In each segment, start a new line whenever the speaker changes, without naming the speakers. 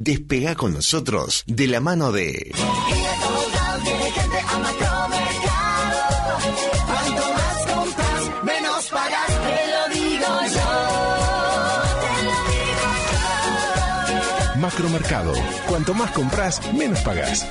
Despega con nosotros de la mano de
Cuanto más compras, menos pagas, te lo digo yo.
Macromercado. Cuanto más compras, menos pagas.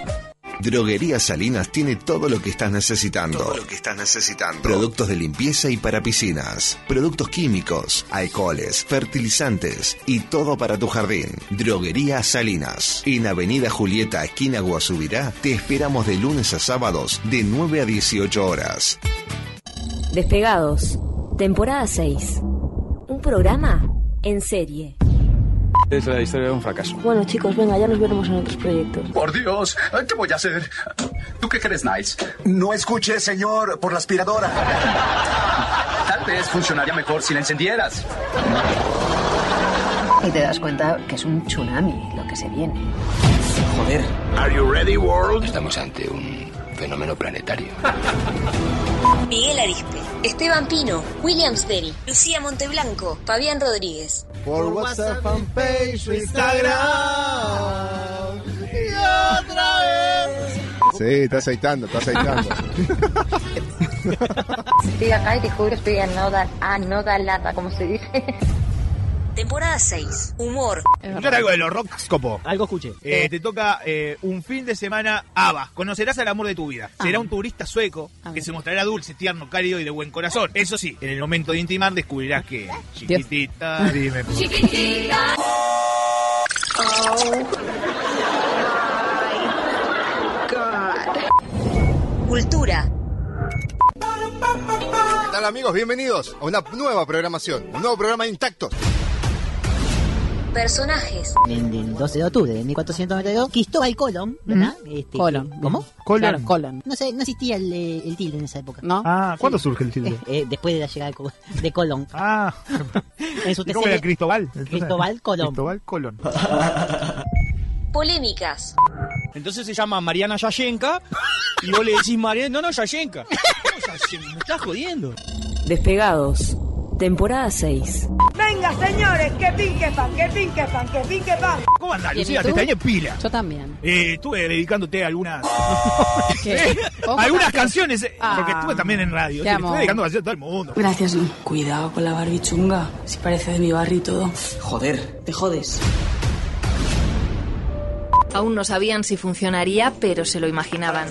Droguería Salinas tiene todo lo que estás necesitando. Todo lo que estás necesitando. Productos de limpieza y para piscinas, productos químicos, alcoholes, fertilizantes y todo para tu jardín. Droguería Salinas. En Avenida Julieta, esquina Guasubirá, te esperamos de lunes a sábados de 9 a 18 horas.
Despegados, temporada 6. Un programa en serie.
Es la historia de un fracaso.
Bueno, chicos, venga, ya nos veremos en otros proyectos.
Por Dios, ¿qué voy a hacer? ¿Tú qué crees, Niles? No escuché, señor, por la aspiradora. Tal vez funcionaría mejor si la encendieras.
Y te das cuenta que es un tsunami lo que se viene.
Joder. Are you ready, world? Estamos ante un fenómeno planetario.
Miguel Arispe, Esteban Pino, Williams Terry, Lucía Monteblanco, Fabián Rodríguez.
Por WhatsApp, fanpage, Instagram. Y otra vez.
Sí, está aceitando, está aceitando.
Estoy acá y te juro, estoy a no dar, a no dar lata, como se dice.
Temporada 6. Humor.
Escuchar algo de los Rockscopo. Algo escuché. te toca eh, un fin de semana ABBA. Conocerás al amor de tu vida. Será un turista sueco que se mostrará dulce, tierno, cálido y de buen corazón. Eso sí, en el momento de intimar descubrirás que... Chiquitita, dime... por-
Chiquitita.
Cultura.
¿Qué tal amigos? Bienvenidos a una nueva programación, un nuevo programa intacto.
Personajes.
En el 12 de octubre de 1492, Cristóbal Colón, ¿verdad? Este,
Colón.
¿Cómo?
Colón.
Claro, Colón. No, sé, no existía el, eh, el tilde en esa época. ¿No?
Ah, ¿cuándo surge el tilde?
Eh, después de la llegada de Co- de Colón.
Ah.
En su
¿Y cómo era
tercera-
Cristóbal? Entonces,
Cristóbal Colón.
Cristóbal Colón.
Polémicas.
Entonces se llama Mariana Yashenka y vos le decís Mariana, no, no, Yashenka. No, Yashenka, me estás jodiendo.
Despegados, temporada 6.
Venga, señores, que pinque pan, que pinque pan, que pinque pan.
¿Cómo andás, Lucía? Te extrañé pila.
Yo también.
Eh, estuve dedicándote a algunas...
¿Qué? Ojo,
algunas
gracias.
canciones, eh,
Ah.
porque estuve también en radio.
Te
sí,
amo.
estuve dedicando canciones a todo el mundo.
Gracias, Lu. Cuidado con la barbichunga. Si parece de mi barrio y todo.
Joder.
Te jodes.
Aún no sabían si funcionaría, pero se lo imaginaban.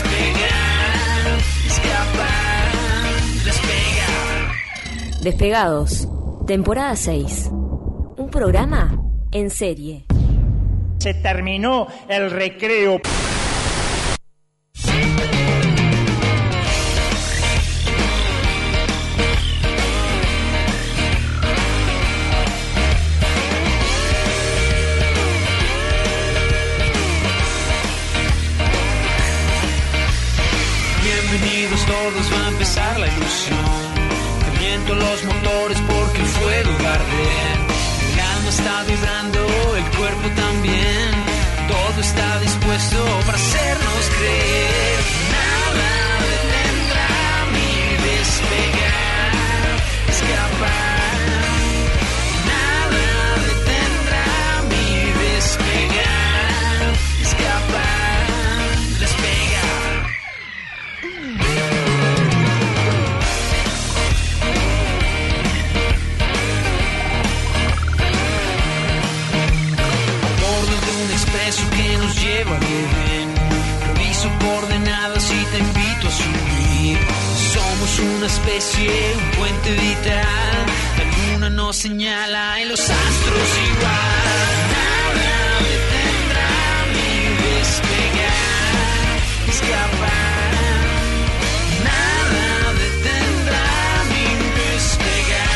Despegar, escapar, despegar.
Despegados, temporada 6. Un programa en serie.
Se terminó el recreo.
Bienvenidos todos, va a empezar la ilusión. Te miento los motores porque el fuego arde. El alma está vibrando, el cuerpo también. Todo está dispuesto para hacernos creer. Nada detendrá mi despegar, escapar. Nada detendrá mi despegar, escapar, despegar. bordo de un expreso que nos lleva al Edén. Reviso coordenadas y te invito a subir. Somos una especie, un puente vital. La luna nos señala y los astros igual. Nada detendrá mi despegar, escapar. Nada detendrá mi despegar.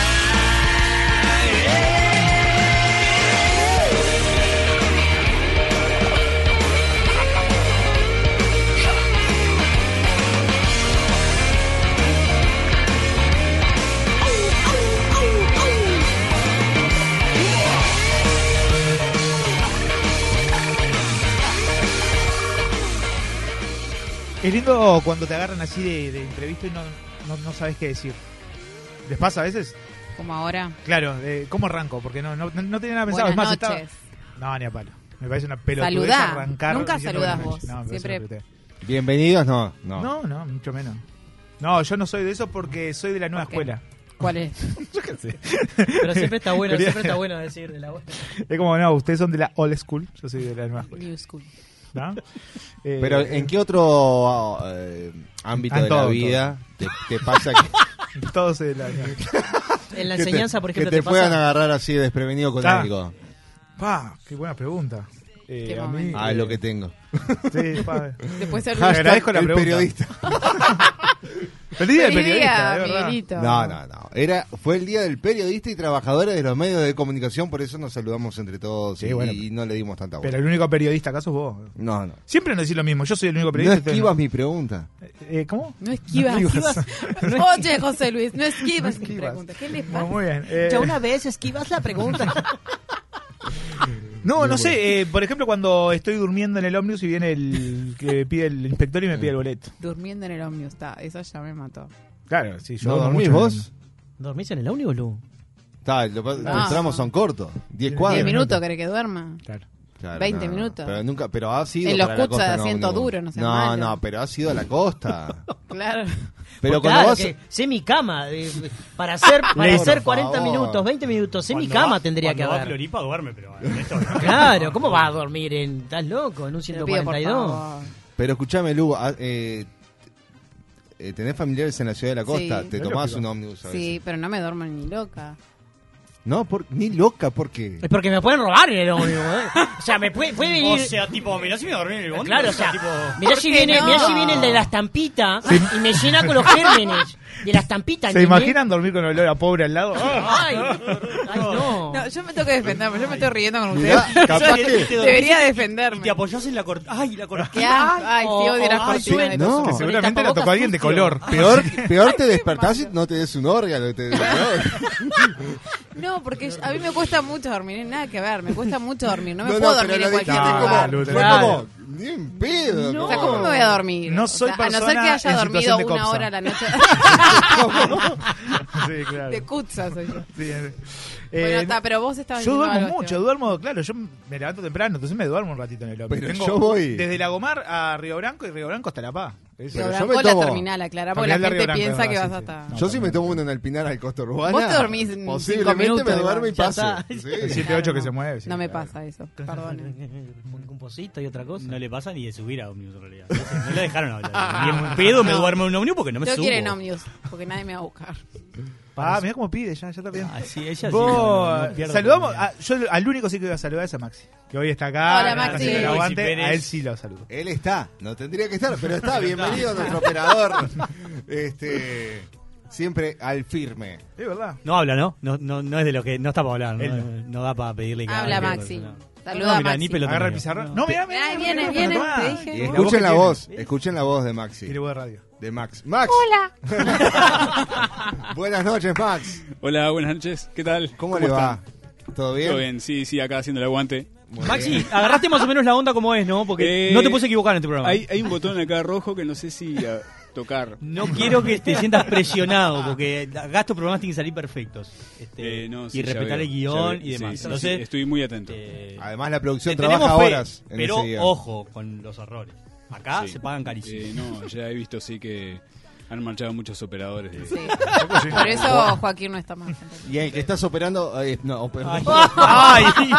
Es lindo cuando te agarran así de, de imprevisto y no, no, no sabes qué decir. ¿Les pasa a veces?
Como ahora.
Claro, de- ¿cómo arranco? Porque no, no, no tenía nada pensado.
Buenas
es más,
noches.
estaba- No, ni a palo. Me parece una pelotudez
Saludá.
arrancar.
Nunca
diciendo
saludás
buenas
vos.
noches. No, me parece
Siempre-
una pelotudez.
Bienvenidos, no, no.
No, no, mucho menos. No, yo no soy de eso porque soy de la nueva escuela.
¿Cuál es?
Pero siempre está bueno,
Quería-
siempre está bueno decir de la vuelta.
Es como, no, ustedes son de la old school, yo soy de la nueva escuela.
New school.
¿no? Eh,
Pero ¿en qué otro eh, ámbito
Ah, en
de la
todo,
vida te, te pasa que,
Todos de la nueva
En la
que
enseñanza,
te,
por ejemplo,
que te,
te
puedan
pasa-
agarrar así desprevenido con
Ah.
algo?
Pa, qué buena pregunta. Eh,
Qué
a mí,
momento.
Ah,
eh,
lo que tengo.
Sí, pa.
Después se
Te
olvida.
agradezco la
el
pregunta.
periodista.
Feliz día del
Feliz
periodista,
día,
de verdad.
Miguelito.
No, no, no. Era, fue el día del periodista y trabajadores de los medios de comunicación, por eso nos saludamos entre todos
Sí,
y,
bueno.
y no le dimos tanta
Pero
vuelta.
el único periodista acaso es vos.
No, no.
Siempre nos decís lo mismo, yo soy el único
No
periodista. ustedes
esquivas mi pregunta.
Eh, ¿Cómo?
No esquivas.
No
Oye, José Luis, no esquivas, mi pregunta. ¿Qué le pasa?
Bueno, muy bien. eh,
Ya una vez esquivas la pregunta.
No, no sé. eh, por ejemplo, cuando estoy durmiendo en el ómnibus y viene el que pide el inspector y me pide el boleto.
Durmiendo en el ómnibus, está. Eso ya me mató.
Claro, sí, yo.
¿No
duermo
dormís
mucho
vos?
¿Dormís en el ómnibus, Lu?
Está, lo- los
No.
tramos son cortos. 10 cuadros.
10 minutos, ¿querés que duerma?
Claro,
20
no, no.
minutos.
Pero nunca, pero ha sido
En los
para la
cuchas de
costa,
asiento
ómnibus.
duro, no seas
No,
malo.
no, pero ha sido a la costa.
Claro.
Pero
Pues
cuando
claro,
vas
que sé mi cama. eh, para hacer, para
Por
hacer 40
favor.
minutos, 20 minutos, sé mi cama tendría que
haber. va a
haber.
Floripa duerme, pero
Claro, ¿cómo vas a dormir en. ¿Estás loco? En un
Te pido, por
142.
favor.
Pero escúchame, Lu, ah, eh, eh, tenés familiares en la ciudad de la costa,
Sí.
te
Es
tomás
lógico.
un ómnibus a veces.
Sí, pero no me duermo ni loca.
No, por- ni loca, porque.
Es porque me pueden robar en el ómnibus, ¿eh? O sea, me puede, puede
O
venir.
sea, tipo, mirá si me dormí en el bondi.
Claro, o sea, mirá si,
¿Por qué
viene,
no?
mirá si viene el de la estampita y me llena con los gérmenes de la estampita.
¿Se
¿entendés?
imaginan dormir con olor a pobre al lado? ¡Ah!
Ay, ay, no.
No, yo me tengo que defender, porque yo me estoy riendo con
Mirá,
ustedes.
capaz
Yo
que-
Debería defenderme.
Te apoyás en la cortina. Ay, la cortina.
Qué asco. Ay, sí, odio las
ay,
cortinas de
No.
Que
Con
seguramente la tocó alguien de color.
Peor, peor te despertás y no te des un órgano. te-
No, porque a mí me cuesta mucho dormir, no nada que ver, me cuesta mucho dormir, no me
No, no,
puedo
pero
dormir
lo
en
dijiste
cualquier
como-
Ah,
lugar.
fue
Claro.
como, ni en pedo.
O sea, ¿cómo me voy a dormir?
No
O
soy
sea, A no ser
persona
que
en
haya
situación
dormido
de
una
copsa.
hora a la noche.
Sí, claro.
de cutsa soy yo.
Sí, eh.
bueno,
Eh,
está, pero vos estabas
Yo
diciendo
duermo
algo,
mucho, duermo, claro, yo me levanto temprano, entonces me duermo un ratito en el ómnibus.
Pero
Tengo
yo voy-
Desde Lagomar a Río Branco y Río Branco hasta La Paz. Es-
Río
Pero yo
Branco,
me
la
tomo-
terminal, aclara, porque la
Terminal de
gente
Río Branco,
piensa
es
que vas
verdad, sí,
hasta...
Yo si me tomo uno en Alpinar al costa urbana.
Vos te dormís en cinco
Posiblemente
minutos,
me duermo y
igual.
paso.
Ya
Sí.
El 7-8 que se mueve. sí,
no me
claro.
pasa eso, perdón.
Un, un pocito y otra cosa.
No le pasa ni de subir a Omnius en realidad. No sé, No le dejaron hablar. Ni en pedo me duermo en un Omnius porque no me
Yo
subo.
quiero en ómnibus, porque nadie me va a buscar.
Ah, mirá cómo pide, ya, ya está bien.
Ah, sí, ella sí,
Vos,
no, no, no pierde
saludamos,
oportunidad.
a- yo al único sí que voy a saludar es a Maxi, que hoy está acá.
Hola,
está
Maxi.
haciendo el
Maxi
Ah, aguante,
Pérez.
a él sí lo saludo.
Él está, no tendría que estar, pero está. Bienvenido nuestro operador. Este, siempre al firme.
Es verdad.
No habla, ¿no? No, no, no es de lo que. No está para hablar. No, No da para pedirle que
Habla
hable,
Maxi.
no.
Saluda
No,
a
mirá,
Maxi.
ni pelota
Agarra el
me dio.
pizarrón. No, mirá, mirá.
Ahí
mirá,
viene,
mirá,
viene,
tomá.
Ah.
te dije.
Y
La voz
escuchen
que
la
tiene.
voz, escuchen la voz de Maxi.
Tiene voz de radio.
De Max. Max. Hola. Buenas noches, Max.
Hola, buenas noches. ¿Qué tal?
¿Cómo, le va?
están?
¿Todo bien?
Todo bien, sí, sí, acá haciendo el aguante.
Muy bien.
Maxi, agarraste más o menos la onda como es, ¿no? Porque
Eh,
no te puedes equivocar en este programa.
Hay, hay un botón acá rojo que no sé si ah, tocar.
No quiero que te sientas presionado, porque acá estos programas tienen que salir perfectos. Este,
Eh, no,
y
sí, ya
respetar
veo,
el
ya
guión
veo.
y demás.
Sí, sí,
Entonces, eh,
sí, estoy muy atento.
Además, la producción
te tenemos
trabaja
fe,
horas en
pero
ese guión.
ojo con los errores. Acá
Sí.
se pagan carísimo.
Eh, no, ya he visto, sí, que han marchado muchos operadores. de-
Sí. Por eso Joaquín no está más.
Y el que estás operando. eh, no, oper-
Ay, ay.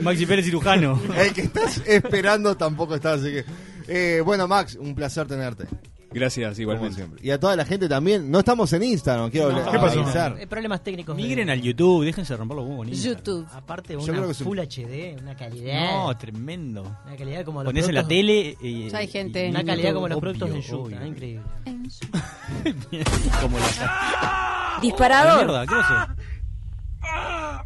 Maxi Pérez cirujano.
El que estás esperando tampoco está, así que. Eh, bueno, Max, un placer tenerte.
Gracias,
Como
igualmente.
siempre. Y a toda la gente también. No estamos en Instagram, quiero
No.
hablar-
¿Qué pasó?
avisar.
Eh, Problemas técnicos. de-
Migren al YouTube, déjense romper los huevos con Instagram.
YouTube.
Aparte,
Yo creo
una
que es un-
Full HD, una calidad.
No, tremendo.
Una calidad como los
Ponés en la
productos-
tele. eh,
Ya hay gente
y-
Una calidad como los
Obvio,
productos de ¿eh? Yuta,
obvio.
increíble.
como los. ¡Ah,
Disparador.
mierda! ¿Qué pasó?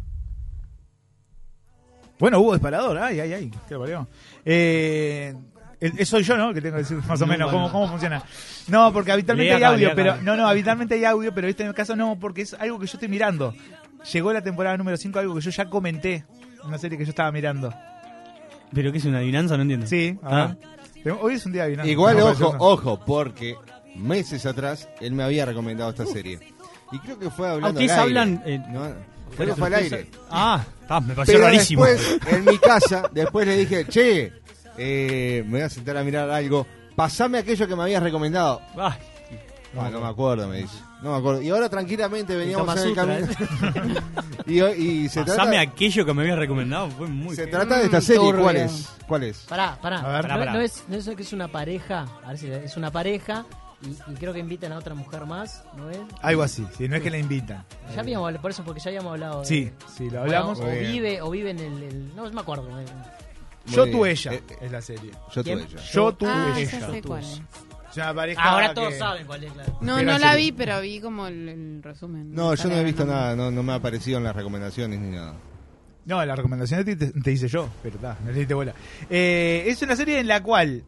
Bueno, hubo disparador, ay, ay, ay, qué lo parió. Eh, el- soy yo, ¿no? Que tengo que decir más o
No,
menos
bueno.
cómo, cómo funciona. No, porque habitualmente
Lea
hay
acá,
audio,
lea
pero
acá.
no, no, habitualmente hay audio, pero este en el caso no, porque es algo que yo estoy mirando. Llegó la temporada número 5, algo que yo ya comenté, una serie que yo estaba mirando.
¿Pero qué es una adivinanza? No entiendo.
Sí,
Ah.
ajá. Pero Hoy es un día adivinando.
Igual,
No,
ojo,
parece-
ojo, porque meses atrás él me había recomendado esta serie. Y creo que fue
Ah,
hablando
ustedes
al aire.
hablan, eh,
No, creo
fuera
que fue al
de
aire.
ustedes. Ah, está, me pareció
Pero
rarísimo.
Después, eh, en mi casa, después le dije, che, eh, me voy a sentar a mirar algo. Pasame aquello que me habías recomendado.
Ah,
Ah, no me acuerdo, me dice. No me acuerdo. Y ahora tranquilamente veníamos
Kama
en el
Sutra,
¿eh?
camino.
¿eh?
y, y se trata,
Pasame aquello que me habías recomendado. Fue muy
se trata de esta serie.
turbio.
¿Cuál es? ¿Cuál es?
Mm, Pará, pará.
A ver.
¿No-
Pará, pará.
¿No, es, ¿No es eso que es una pareja? A ver si es una pareja y, y creo que invitan a otra mujer más, ¿no es?
Algo así, si no es que la invitan.
Ya habíamos hablado, por eso, porque ya habíamos hablado. de-
Sí, sí, lo hablamos.
Bueno, o,
Muy bien.
vive, o vive en el, el- No, no me acuerdo. eh.
Yo
Muy
tú
bien.
ella
Eh,
es la serie.
Yo tú
¿Quién?
ella.
Yo tú
Ah, ya
ella.
sé cuál es.
Es una pareja
Ahora
que-
todos saben cuál es, claro.
No,
Pero
no
hace-
la vi, pero vi como el, el resumen.
No, yo no he
Para-
visto nada. No, no me ha aparecido en las recomendaciones ni nada.
No, la recomendación de ti te, te hice yo, pero está, no le diste bola. Eh, es una serie en la cual.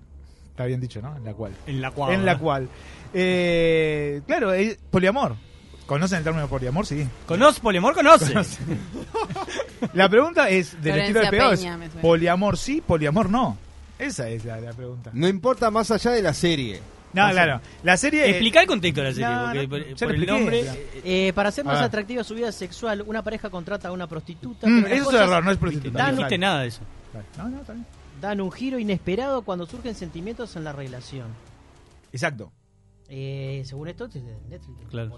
Está bien dicho, ¿no? En la cual.
En la cual.
En la cual. eh, claro, es poliamor. ¿Conocen el término poliamor? Sí.
¿Conoce? ¿Poliamor conoce?
La pregunta es: del
Florencia
estilo de pegado,
Peña, me
es,
suena.
¿poliamor sí, poliamor no? Esa es la, la pregunta.
No importa más allá de la serie.
No, claro. La serie.
Explica
el contexto de la
serie, porque por-
ya
por
lo
el
expliqué.
nombre-
Ya.
Eh, para hacer más
Ah.
atractiva su vida sexual, una pareja contrata a una prostituta.
Mm,
pero las
eso es
cosas
error, no es prostituta.
Dan-
Vale.
nada de eso.
Vale. No, no, está bien.
Dan un giro inesperado cuando surgen sentimientos en la relación.
Exacto.
Eh, según esto, es de Netflix.
Claro.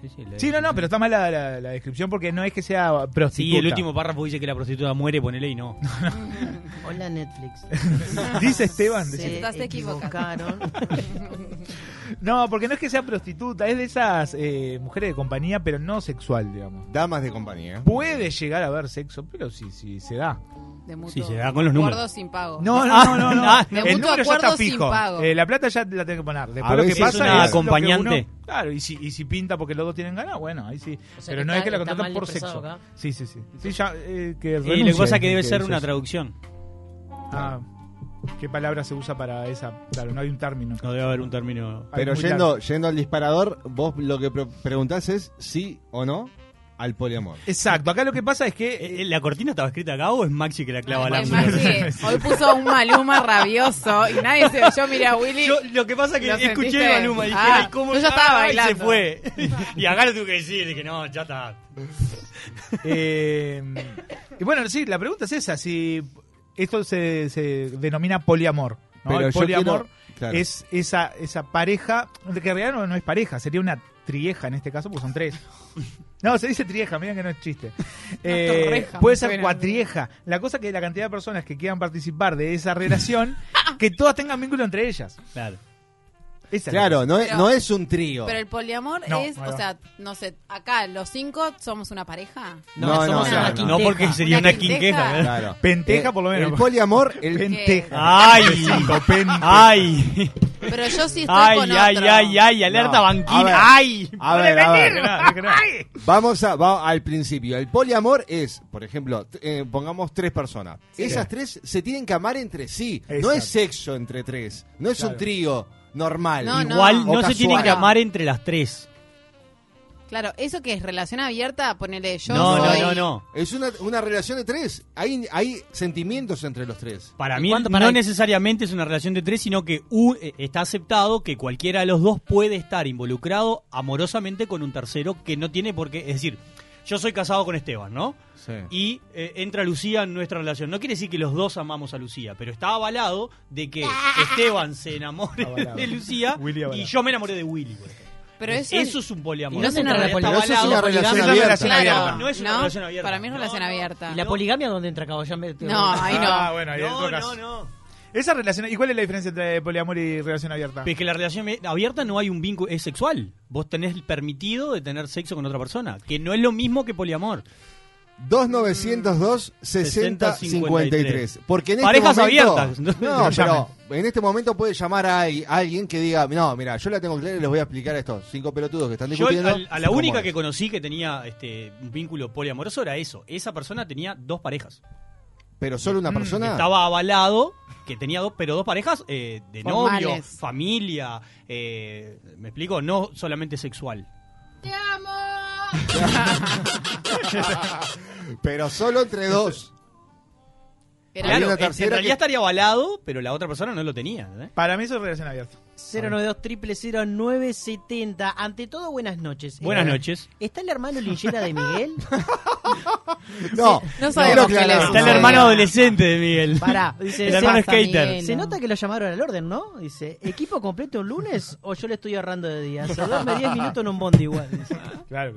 Sí, sí, la-
Sí, no, no, pero está mal la, la- la descripción porque no es que sea prostituta.
Sí, el último párrafo dice que la prostituta muere, ponele y no.
Hola Netflix.
Dice Esteban.
Se
decía.
Estás equivocado.
equivocaron.
No, porque no es que sea prostituta, es de esas eh, mujeres de compañía, pero no sexual, digamos.
Damas de compañía.
Puede llegar a haber sexo, pero sí, sí, se da.
De mutuo.
Sí, se da con los números.
Acuerdo sin pago.
No, no, no, no. no.
De
El
mutuo
número ya está
acuerdo sin
fijo.
pago.
Eh, la plata ya la tengo que poner. Después
A
lo que
veces
pasa
es una
es lo que uno-
acompañante.
claro, y si, y si pinta porque los dos tienen ganas, bueno, ahí sí.
O sea
pero
que
no
está-
es que la
está
contratan
mal
por sexo.
expresado acá.
Sí, sí, sí. Sí, ya, eh, que
Eh, lo que
renuncien,
pasa es que debe
que
ser
eso
una
es.
traducción.
Ah, ¿Qué palabra se usa para esa? Claro, no hay un término.
No debe haber un término.
Pero yendo, yendo al disparador, vos lo que pro- preguntás es sí o no al poliamor.
Exacto, acá lo que pasa es que.
Eh,
eh,
¿La cortina estaba escrita acá o es Maxi que la clava al
Ay,
ángulo?
Maxi, hoy puso un Maluma rabioso y nadie se yo miré a Willy.
Yo, lo que pasa es que
¿Lo
escuché
sentiste?
a Maluma y dije,
Ah,
ay, ¿cómo
yo ya estaba
ay,
bailando.
se fue. y acá lo tuve que decir, dije, no, ya está.
Eh, y bueno, sí, la pregunta es esa, si esto se, se denomina poliamor. ¿no?
Pero
El
yo
poliamor
quiero- claro.
es esa, esa pareja, que en realidad no, no es pareja, sería una trieja en este caso, porque son tres. No, se dice trieja, miren que no es chiste. Eh,
torreja,
puede
me
ser
suena.
cuatrieja. La cosa es que la cantidad de personas que quieran participar de esa relación, que todas tengan vínculo entre ellas.
Claro.
Esa es la
Claro, no es,
Pero-
no es un trío.
Pero el poliamor
No,
es,
ahí va.
o sea, no sé, acá los cinco somos una pareja.
No, no,
somos
no,
una
no.
quinteja. No, porque sería
Una
una
quinteja.
quinqueja.
Claro.
¿eh? Penteja, por lo menos.
El poliamor, el
Penteja.
Ay, ay,
Pero yo sí estoy
ay,
con
ay,
otro.
ay, ay,
No.
alerta
A ver.
banquina, ay.
A
No
ver,
le
a ver.
metieron.
Vamos a, va al principio. El poliamor es, por ejemplo, t- eh, pongamos tres personas. Esas tres se tienen que amar entre sí. No es
Exacto.
sexo entre tres. No es un
Claro.
trío normal.
No, no.
Igual no,
O
se tienen
casual.
que amar entre las tres.
Claro, eso que es relación abierta, ponele yo
No, no,
soy-
no, no.
Es una, una relación de tres. Hay, hay sentimientos entre los tres.
Para mí
cuánto-
no
para-
necesariamente es una relación de tres, sino que u- eh, está aceptado que cualquiera de los dos puede estar involucrado amorosamente con un tercero que no tiene por qué... Es decir, yo soy casado con Esteban, ¿no? Y eh, entra Lucía en nuestra relación. No quiere decir que los dos amamos a Lucía, pero está avalado de que Esteban se enamore
Avalado.
de Lucía
Willy avalado.
y yo me enamoré de Willy. por ejemplo.
Pero eso,
Eso es un poliamor.
Y no es una
Está
relación-
Pero eso es una
avalado,
relación
poligamia.
abierta.
Es una relación
Claro,
abierta.
No es una relación abierta.
Para mí es relación abierta.
¿Y la poligamia dónde entra, caballo? Ya me-
No, ahí no.
Ah, bueno, ahí en todo
No,
caso.
no, no.
Esa relación, ¿y cuál es la diferencia entre poliamor y relación abierta?
Es que la relación abierta no hay un vínculo, es sexual. Vos tenés el permitido de tener sexo con otra persona, que no es lo mismo que poliamor.
2902 6053. Porque en este
Parejas
momento,
abiertas.
No,
No
pero en este momento puede llamar a, al- a alguien que diga, no, mira, yo la tengo clara y les voy a explicar a estos cinco pelotudos que están
Yo al-
discutiendo.
a la
cómo
única
es".
que conocí que tenía este un vínculo poliamoroso era eso. Esa persona tenía dos parejas.
Pero solo
Mm,
una persona.
Estaba avalado que tenía dos, pero dos parejas eh, de
Formales.
novio, familia, eh, me explico, no solamente sexual.
Te amo.
pero solo entre dos.
Era Claro, una en- en, tercera realidad que- estaría avalado, pero la otra persona no lo tenía. ¿eh?
Para mí eso es relación abierta.
092 970 Ante todo, buenas noches.
Buenas
Eh,
noches.
¿Está el hermano Lillera de Miguel?
No,
no sabemos
quiero
quién
aclarar.
es.
Está el hermano adolescente de Miguel.
Pará, dice,
el hermano
se-
skater.
Se nota que lo llamaron al orden, ¿no? Dice, ¿equipo completo un lunes o yo le estoy ahorrando de días? Se duerme 10 minutos en un bondi igual. dice.
Claro.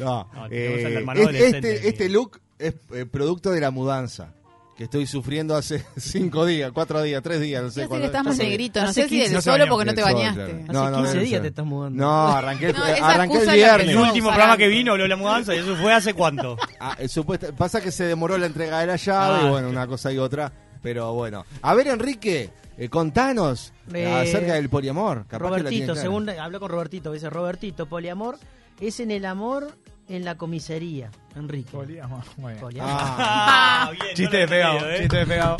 No,
tenemos
eh,
al hermano
es-
adolescente
este, este look es eh, producto de la mudanza que estoy sufriendo hace cinco días, cuatro días, tres días, no sé
Ya sé
cuándo-
que estás más
hace-
negrito, no
hace
sé si del
15
sol o
años
porque no
que
te
el sol,
bañaste.
claro.
Hace 15 días te estás mudando.
No, arranqué, el-
No, esa
arranqué
excusa
el
es la
viernes.
El último programa que vino habló de la mudanza y eso fue hace cuánto.
Ah, eh, supuesta- pasa que se demoró la entrega de la llave,
Ah,
y bueno, una cosa y otra, pero bueno. A ver, Enrique, eh, contanos
Eh,
acerca del poliamor. Capaz que la tienen
Robertito,
clara.
según habló con Robertito, dice Robertito, poliamor es en el amor en la comisaría, Enrique.
Poliamor,
Poliamor.
Ah, bien, no Chiste lo había despegado, leído, ¿eh? chiste despegado.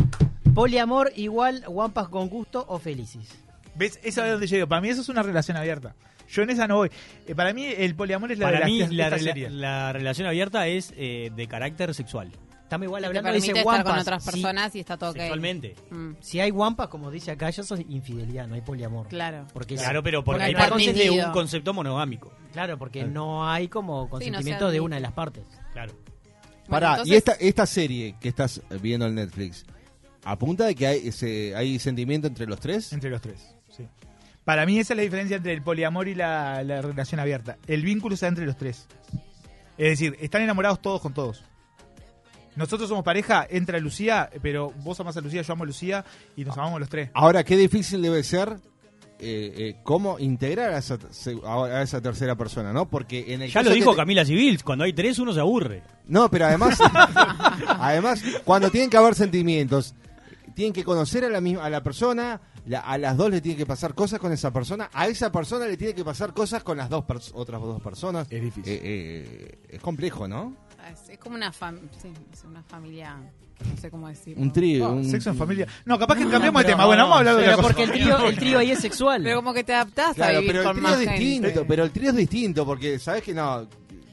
Poliamor igual guampas con gusto o felicis.
¿Ves? Esa es donde yo digo. Para mí eso es una relación abierta. Yo en esa no voy. Eh, para mí el poliamor es la de
Para
las
mí,
tías-
la,
esta
rela-
serie.
la relación abierta es eh, de carácter sexual.
Estamos igual
Te
hablando
permite
dice
estar
guampas.
con otras
Sí.
personas y está todo ok.
Sexualmente.
Mm,
Si hay guampas, como dice acá, ya sos infidelidad, no hay poliamor.
Claro.
Porque
Claro,
si-
pero porque hay
no hay
partes de
consentido.
un concepto monogámico.
Claro, porque no hay como consentimiento
admite.
de una de las partes.
Claro.
Pará,
Bueno,
y
entonces-
esta, esta serie que estás eh, viendo en Netflix, ¿apunta de que hay, ese, hay sentimiento entre los tres?
Entre los tres, sí. Para mí esa es la diferencia entre el poliamor y la, la relación abierta. El vínculo está entre los tres. Es decir, están enamorados todos con todos. Nosotros somos pareja, entra Lucía, pero vos amás a Lucía, yo amo a Lucía y nos amamos los tres.
Ahora, qué difícil debe ser eh, eh, cómo integrar a esa, se- a esa tercera persona, ¿no? Porque en el
Ya
caso
lo
que
dijo
te-
Camila Civils, cuando hay tres uno se aburre.
No, pero además, además, cuando tienen que haber sentimientos, tienen que conocer a la misma, a la persona, la- a las dos le tienen que pasar cosas con esa persona, a esa persona le tiene que pasar cosas con las dos pers- otras dos personas. Eh,
Es difícil.
es complejo, ¿no?
Es, es como una, fam- sí, es una familia, que no sé cómo decir.
Un trío.
Oh,
un-
sexo en familia. No, capaz que cambiamos el tema. Bueno, vamos a hablar de
Pero
otra cosa.
porque el trío, el trío ahí es sexual.
Pero como que te adaptás a
Claro,
vivir
pero el
con
trío es
más
distinto,
gente.
pero el trío es distinto, porque sabes que no.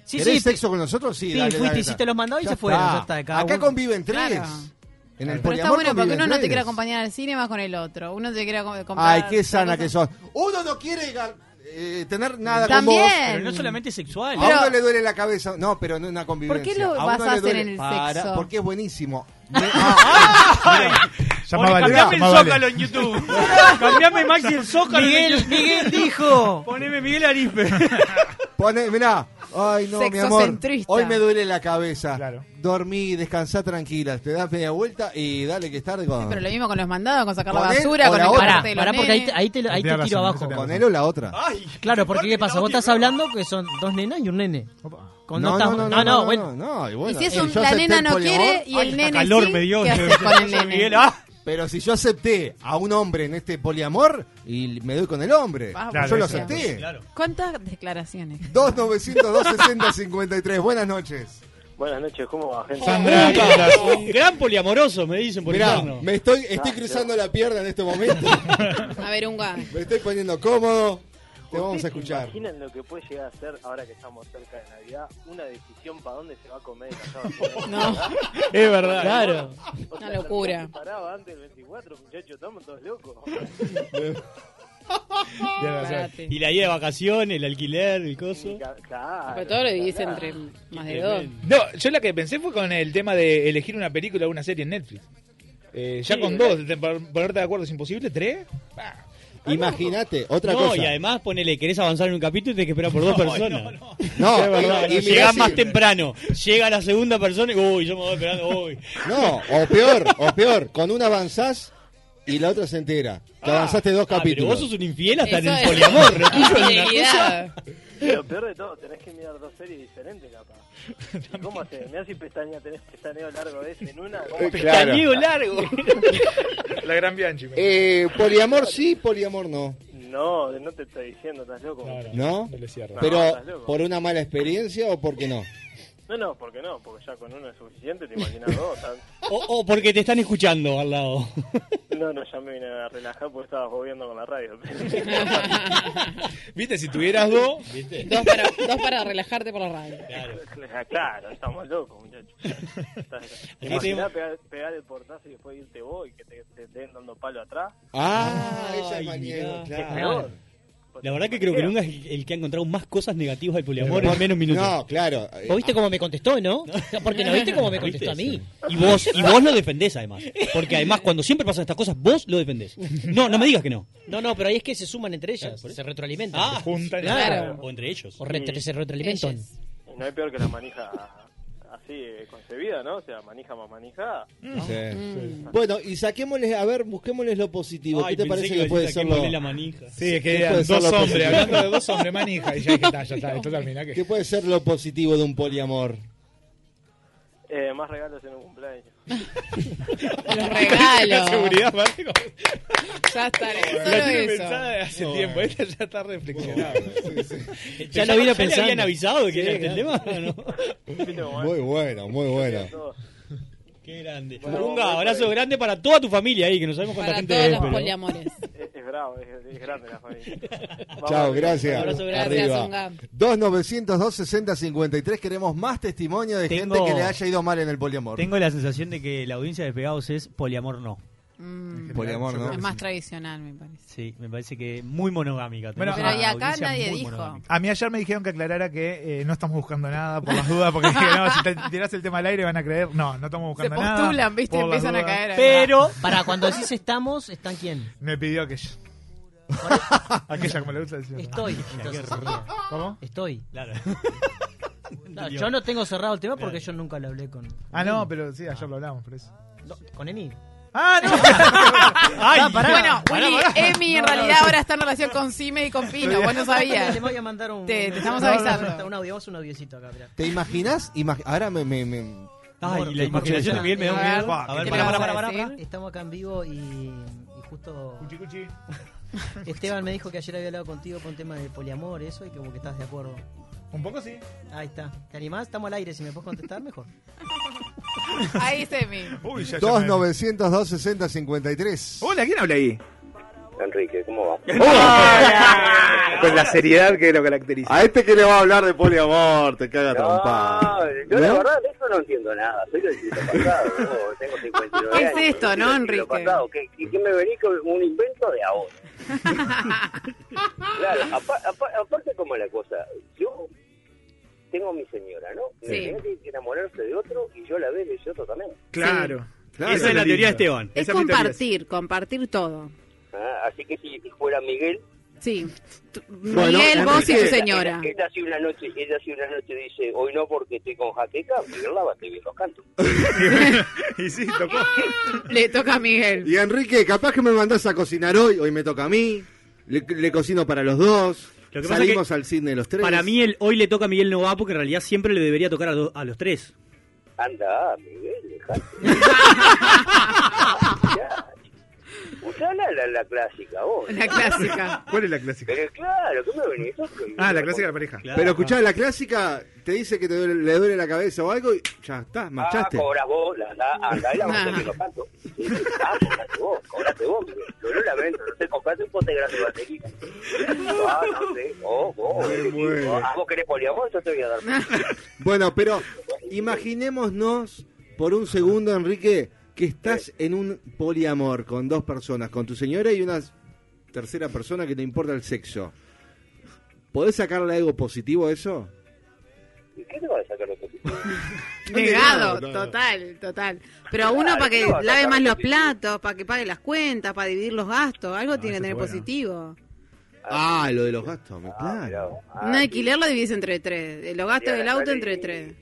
Sí,
¿Querés
sí,
sexo con nosotros? Sí,
Sí,
dale,
fuiste,
dale, dale.
hiciste los mandados y
Ya
se fueron,
está.
ya está, cada
Acá
uno-
conviven tres.
Claro.
En el
Pero está
poliamor
bueno porque
conviven
uno no te
tres.
quiere acompañar al cine, vas con el otro. Uno te quiere acom- comprar.
Ay, qué sana que sos. Uno no quiere eh, tener nada
También.
con vos.
Pero no solamente sexual.
A uno le duele la cabeza. No, pero no es una convivencia.
¿Por qué lo
A uno
basás
le duele-
en el
Para,
sexo?
Porque es buenísimo.
Llamá a Vale,
cambiame el
llamá a Vale.
Zócalo en YouTube. cambiame Maxi el Zócalo en
Miguel,
YouTube.
Miguel dijo.
Poneme Miguel Arispe.
Pone, mirá. Ay, no, mi amor.
Sexocentrista.
Hoy me duele la cabeza.
Claro.
Dormí, descansá tranquila. Te das media vuelta y dale que es tarde. Con,
Pero lo mismo con los mandados, con sacar la
Con él
basura,
o
con
la
el
otra.
parte
Pará,
de los
pará, porque ahí
nenes.
te, ahí te, ahí te
Tenés
tiro
razón,
abajo.
tenés
con él o la otra.
Claro, porque ¿qué pasa? Vos estás hablando que son dos nenas y un nene. Con
no,
dos
no,
tam-
no, no, no,
bueno.
no, y bueno,
y si es
eh,
un,
yo
la
acepté
nena
el
no
poliamor,
quiere y el nene
calor
sí,
me dio.
¿qué haces con el nene?
Miguel, ah.
Pero si yo acepté a un hombre en este poliamor y me doy con el hombre,
Vas,
yo lo
eso.
acepté.
Claro.
¿Cuántas declaraciones?
2-900-260-53. Buenas noches.
Buenas noches, ¿cómo va, gente?
Un gran poliamoroso, me dicen por
Mirá,
interno.
me estoy, estoy cruzando la pierna en este momento.
A ver, un guan.
me estoy poniendo cómodo. Te
¿Ustedes
vamos a
se
escuchar.
imaginan lo que puede llegar a ser, ahora que estamos cerca de Navidad, una decisión para dónde se va a comer el asado?
No.
Es verdad.
Claro.
O sea,
Una locura.
se Paraba antes del 24, muchachos, estamos todos locos.
Parate.
Y la ida de vacaciones, el alquiler, el coso.
Claro,
Pero todo lo dividís
claro.
entre más de dos.
No, yo la que pensé fue con el tema de elegir una película o una serie en Netflix. Eh, ya
Sí,
con
¿verdad?
dos, de- por- ponerte de acuerdo es imposible, tres. Ah. Bah.
Imagínate, otra
no, y
cosa.
además ponele, querés avanzar en un capítulo y tenés que esperar por dos personas. No,
No,
es verdad.
y- y mirá
Llegás
si-
más temprano, llega la segunda persona y uy, yo me voy esperando, uy. Ah,
No, o peor, o peor, con una avanzás y la otra se entera. Te avanzaste dos
Ah, pero
capítulos.
vos sos un infiel hasta en
Eso
el
es-
poliamor. Lo tuyo es una cosa.
Infidelidad.
Pero peor de todo, tenés que mirar dos series diferentes, capaz. ¿Y ¿Cómo haces? Mirá si pestaña, tenés pestañeo largo de ese en una. ¿cómo te-
Claro.
Pestañeo largo.
La gran Bianchi. me-
Eh, poliamor sí, poliamor no.
No, no te estoy diciendo, estás loco.
Claro,
¿No?
le cierro.
Pero,
estás loco.
¿por una mala experiencia o por qué no?
No, no, porque no, porque ya con uno es suficiente, te imaginas dos. tan-
Oh,
O, o porque te están escuchando al lado.
No, no, ya me vine a relajar porque estaba jodiendo con la radio.
Viste, si tuvieras dos, ¿viste?
Dos para, dos para relajarte por la radio.
Claro, claro estamos locos, muchachos. Estás-
Aquí
Imaginá
tenemos-
pegar, pegar el portazo y después irte vos y que te, te estén dando palo atrás.
Ah,
ella es maniega,
Es
claro.
peor.
La verdad que creo que nunca es el el que ha encontrado más cosas negativas del poliamor
Pero-
en menos minutos.
No,
claro.
¿Vos viste cómo me contestó, no? Porque no viste cómo me
¿Viste?
contestó a mí.
Y vos, y vos lo defendés además. Porque además cuando siempre pasan estas cosas, vos lo defendés. No, no me digas que no.
No, no, pero ahí es que se suman entre ellas, se retroalimentan.
Ah, juntan.
claro.
O entre ellos.
O re-
Sí.
se retroalimentan.
Y no hay peor que la manija así eh, concebida, ¿no? O sea, manija más manija.
Mm.
Bueno, y saquémosles, a ver, busquémosles lo positivo.
Ay,
¿Qué te
pensé
parece
que
que,
iba a
puede
decir
ser lo...
saquémosle la
manija.
Sí, es que
¿Qué
eran
puede ser
dos
lo
hombres,
positivo?
hablando de dos hombres manija. Y ya dije, está, ya está, esto termina. que-
¿Qué puede ser lo positivo de un poliamor?
Eh, más regalos en un cumpleaños.
Los regalos.
seguridad, Marco.
Ya estaré.
La
Solo
tiene
eso.
pensada de hace tiempo,
eh.
esta ya está reflexionada.
Ya lo vino pensando.
habían
avisado que era
este
tema? No,
Muy bueno, muy bueno.
Qué grande.
Bueno,
Unga,
vamos,
abrazo grande para toda tu familia ahí, que no sabemos cuánta
Para
gente
todos
es.
los
pero-
poliamores.
Es, es bravo, es, es grande la familia. Vamos
Chao,
arriba.
gracias.
Unga.
2902-6053. Queremos más testimonio de
Tengo-
gente que le haya ido mal en el poliamor.
Tengo la sensación de que la audiencia de Pegados es poliamor no.
Mm,
Poliamor, ¿no?
Es más tradicional, me parece.
Sí, me parece que muy monogámica.
Bueno,
Tenemos
Pero
una
y acá
audiencia
nadie
muy
dijo.
monogámica.
A mí ayer me dijeron que aclarara que eh, no estamos buscando nada por las dudas, porque dije, no, si te tirás el tema al aire van a creer. No, no estamos buscando nada. por las dudas.
Pero, para cuando decís estamos, ¿están quién?
Me pidió aquella. aquella como le gusta decir.
Estoy. entonces. Estoy. Claro, yo no tengo cerrado el tema porque yo nunca lo hablé con.
Ah, no, pero sí, ayer lo hablamos, por eso.
No, con Emi.
¡Ah, no! Ay,
Ah, pará.
bueno,
Pará,
Willy,
pará.
Emi en
No, no,
realidad
sí.
ahora está en relación con Cime y con Pino. Vos no sabías.
Te voy a mandar un.
Te, te estamos
No, no, no,
avisando.
Un audio, vos un audiocito acá, mirá.
¿Te imaginas? Imag- Ahora me. me, me-
Ay,
Te
la imaginación
imaginas-
de Miguel me da un miedo.
Buah,
A ver,
¿qué
pará,
te
pará,
vas a
pará,
decir?
pará. Estamos acá en vivo y, y justo. Esteban me dijo que ayer había hablado contigo con tema de poliamor, eso, y como que estás de acuerdo.
Un poco sí.
Ahí está. ¿Te animás? Estamos al aire, si me puedes contestar, mejor.
Ahí está Emi.
Uy,
2902-6053.
Hola, ¿quién habla ahí?
Enrique, ¿cómo va?
Ah, Con la seriedad que lo caracteriza.
A este que le va a hablar de poliamor, te caga trompada.
Ay, yo la
¿No?
verdad de eso no entiendo nada. Soy del siglo pasado. vos, tengo 59
¿Qué es
años.
esto,
soy del
no,
siglo
Enrique?
pasado. ¿Qué, qué, qué me venís con un invento de ahora? claro, apa- apa- aparte como la cosa, yo tengo a mi señora, ¿no? Mi
Sí.
señora tiene que enamorarse de otro y yo la veo de otro también.
Claro.
Esa es la teoría de Esteban.
Es
Esa es mi teoría.
compartir, compartir todo.
Ah, así que si fuera Miguel...
Sí. Tú-
Bueno, Eh,
Miguel, vos y tu
Enrique,
señora.
Ella, ella, sí una noche, ella sí una noche dice, hoy no porque estoy con jaqueca, Miguel la va a estar viendo canto.
y sí, tocó.
Ah,
Le toca a Miguel.
Y Enrique, capaz que me mandás a cocinar hoy, hoy me toca a mí. Le, le cocino para los dos.
Lo que pasa
Salimos
que
al cine los tres.
Para mí el hoy le toca a Miguel Nova porque en realidad siempre le debería tocar a, do- a los tres.
Anda, Miguel, dejate. Ya. Usá la, la, la clásica, vos.
La clásica. ¿Cuál es la clásica?
Pero claro, ¿qué me venís?
Ah, la clásica de la pareja.
Pero escuchá, la clásica te dice que te duele- le duele la cabeza o algo y ya está,
Ah,
marchaste.
cobras vos, la, la, andá y la vas a hacer
Ah.
que lo canto. Sí, sí, Ah, cobrate vos, cobrate vos, Miguel. Yo lo lamento, no sé, comprate un pote grande de batería. Ah, no sé, oh, vos. eh,
bueno.
Ah, vos querés poliamor, yo te voy a dar.
Bueno, pero imaginémonos por un segundo, Enrique, que estás en un poliamor con dos personas, con tu señora y una tercera persona que te importa el sexo. ¿Podés sacarle algo positivo a eso?
¿Y ¿Qué te vas a sacar los positivo?
Negado,
eh, No, no, no.
total, total.
Pero a uno
Claro,
para que
no,
lave
sacar
más los
positivo.
platos, para que pague las cuentas, para dividir los gastos, algo tiene que tener positivo.
Ah, lo de los gastos, me- claro.
Ah,
Un alquiler lo divides entre tres, eh, los gastos
Mirá,
del
la
auto
calle
entre
y-
tres.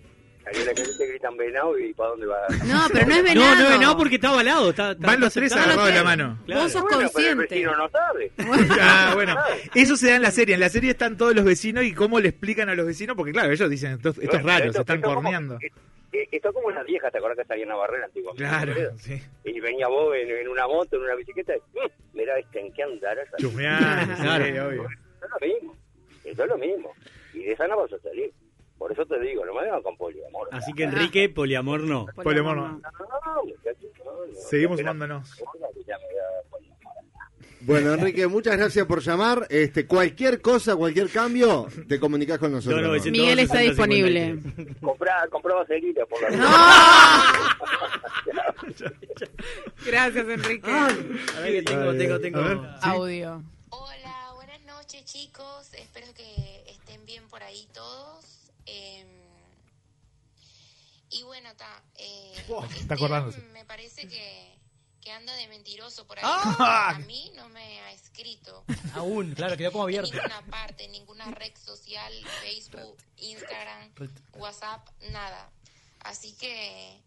Ahí en la calle te gritan venado y ¿para dónde vas?
No, pero no
No,
es
no
venado.
es venado porque está avalado. Está, está-
Van los
está
tres
aceptado.
agarrados de la mano.
Claro.
sos
Bueno, pero el
consciente.
vecino no sabe.
Ah, bueno, eso se da en la serie. En la serie están todos los vecinos y cómo le explican a los vecinos, porque claro, ellos dicen, estos, estos
Bueno,
raros,
esto-
están
esto como-
corneando.
Eh, Esto es como una vieja, ¿te acordás que salía en la barrera antiguamente?
Claro,
Alfredo?
sí.
Y venía vos en, en una moto, en una bicicleta, y "Mm, mirá este, ¿en qué andarás?
Chusmear,
Claro.
sí,
Eso
obvio.
es lo mismo, eso es lo mismo. Y de esa no vas a salir. Por eso te digo, lo
problema con poliamor.
Así que Enrique, poliamor no.
Poliamor no.
No, muchachos, no, no.
Seguimos
Era-
sumándonos.
Ya me voy a poner.
Bueno, Enrique, muchas gracias por llamar. Este, cualquier cosa, cualquier cambio, te comunicas con nosotros.
Miguel está disponible.
Comprá, compraba cerilla por la
Gracias, Enrique.
A ver, que tengo, tengo, tengo.
Audio.
Oh, Está acordándose.
Me parece que, que ando de mentiroso por ahí.
Ah.
A mí no me ha escrito
Aún, claro, quedó como
en
abierto.
ninguna parte, en ninguna red social, Facebook, Instagram, WhatsApp, nada. Así que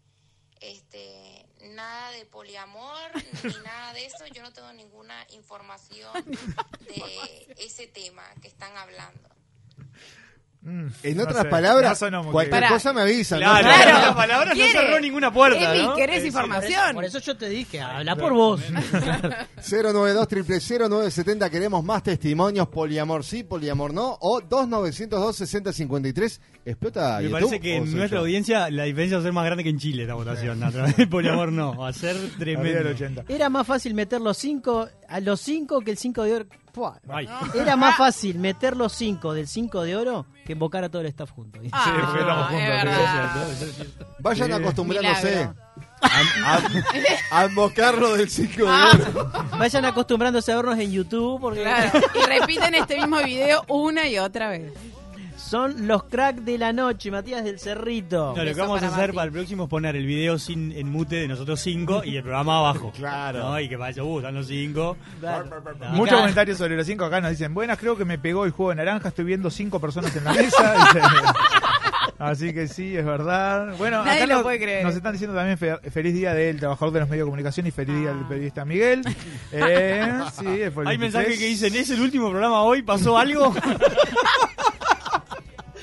este nada de poliamor ni nada de eso, yo no tengo ninguna información de ese tema que están hablando.
En
No
otras
sé, no
palabras,
sonó muy
cualquier
bien.
cosa me avisan. ¿no?
Claro,
Claro.
en otras palabras no
Quiere.
cerró ninguna puerta,
Emi,
¿no?
¿querés
Eh, sí.
información? Por eso yo te dije, habla por vos.
092 000 970 queremos más testimonios, poliamor sí, poliamor no, o 2902 6053 explota
Me
YouTube,
parece que
o
en
soy
nuestra
yo?
audiencia la diferencia va a ser más grande que en Chile esta votación. A través del poliamor no, va a ser tremendo.
Era más fácil meter los 5 a los 5 que el 5 de oro. Puah. Era más fácil meter los 5 del 5 de oro que invocar a todo el staff juntos.
Sí, porque estamos juntos.
Vayan
Sí.
acostumbrándose
Milagro.
a, a, a mocarlo del 5 de
Ah.
oro.
Vayan acostumbrándose a vernos en YouTube porque
Claro. Y repiten este mismo video una y otra vez.
son los cracks de la noche, Matías del Cerrito.
No, lo que vamos a hacer para el próximo es poner el video sin en mute de nosotros cinco y el programa abajo. Claro. Y que vaya, uh, están los cinco. Ah,
Muchos
claro.
comentarios sobre los cinco acá nos dicen, buenas, creo que me pegó el juego de naranja, estoy viendo cinco personas en la mesa. Dice, Así que sí, es verdad. Bueno,
Nadie
acá
lo
nos,
puede creer.
nos están diciendo también fe- feliz día del trabajador de los medios de comunicación y feliz día del periodista Miguel. Eh, sí, fue el
Ah. Hay
23.
mensajes que dicen, ¿es el último programa hoy? ¿Pasó algo?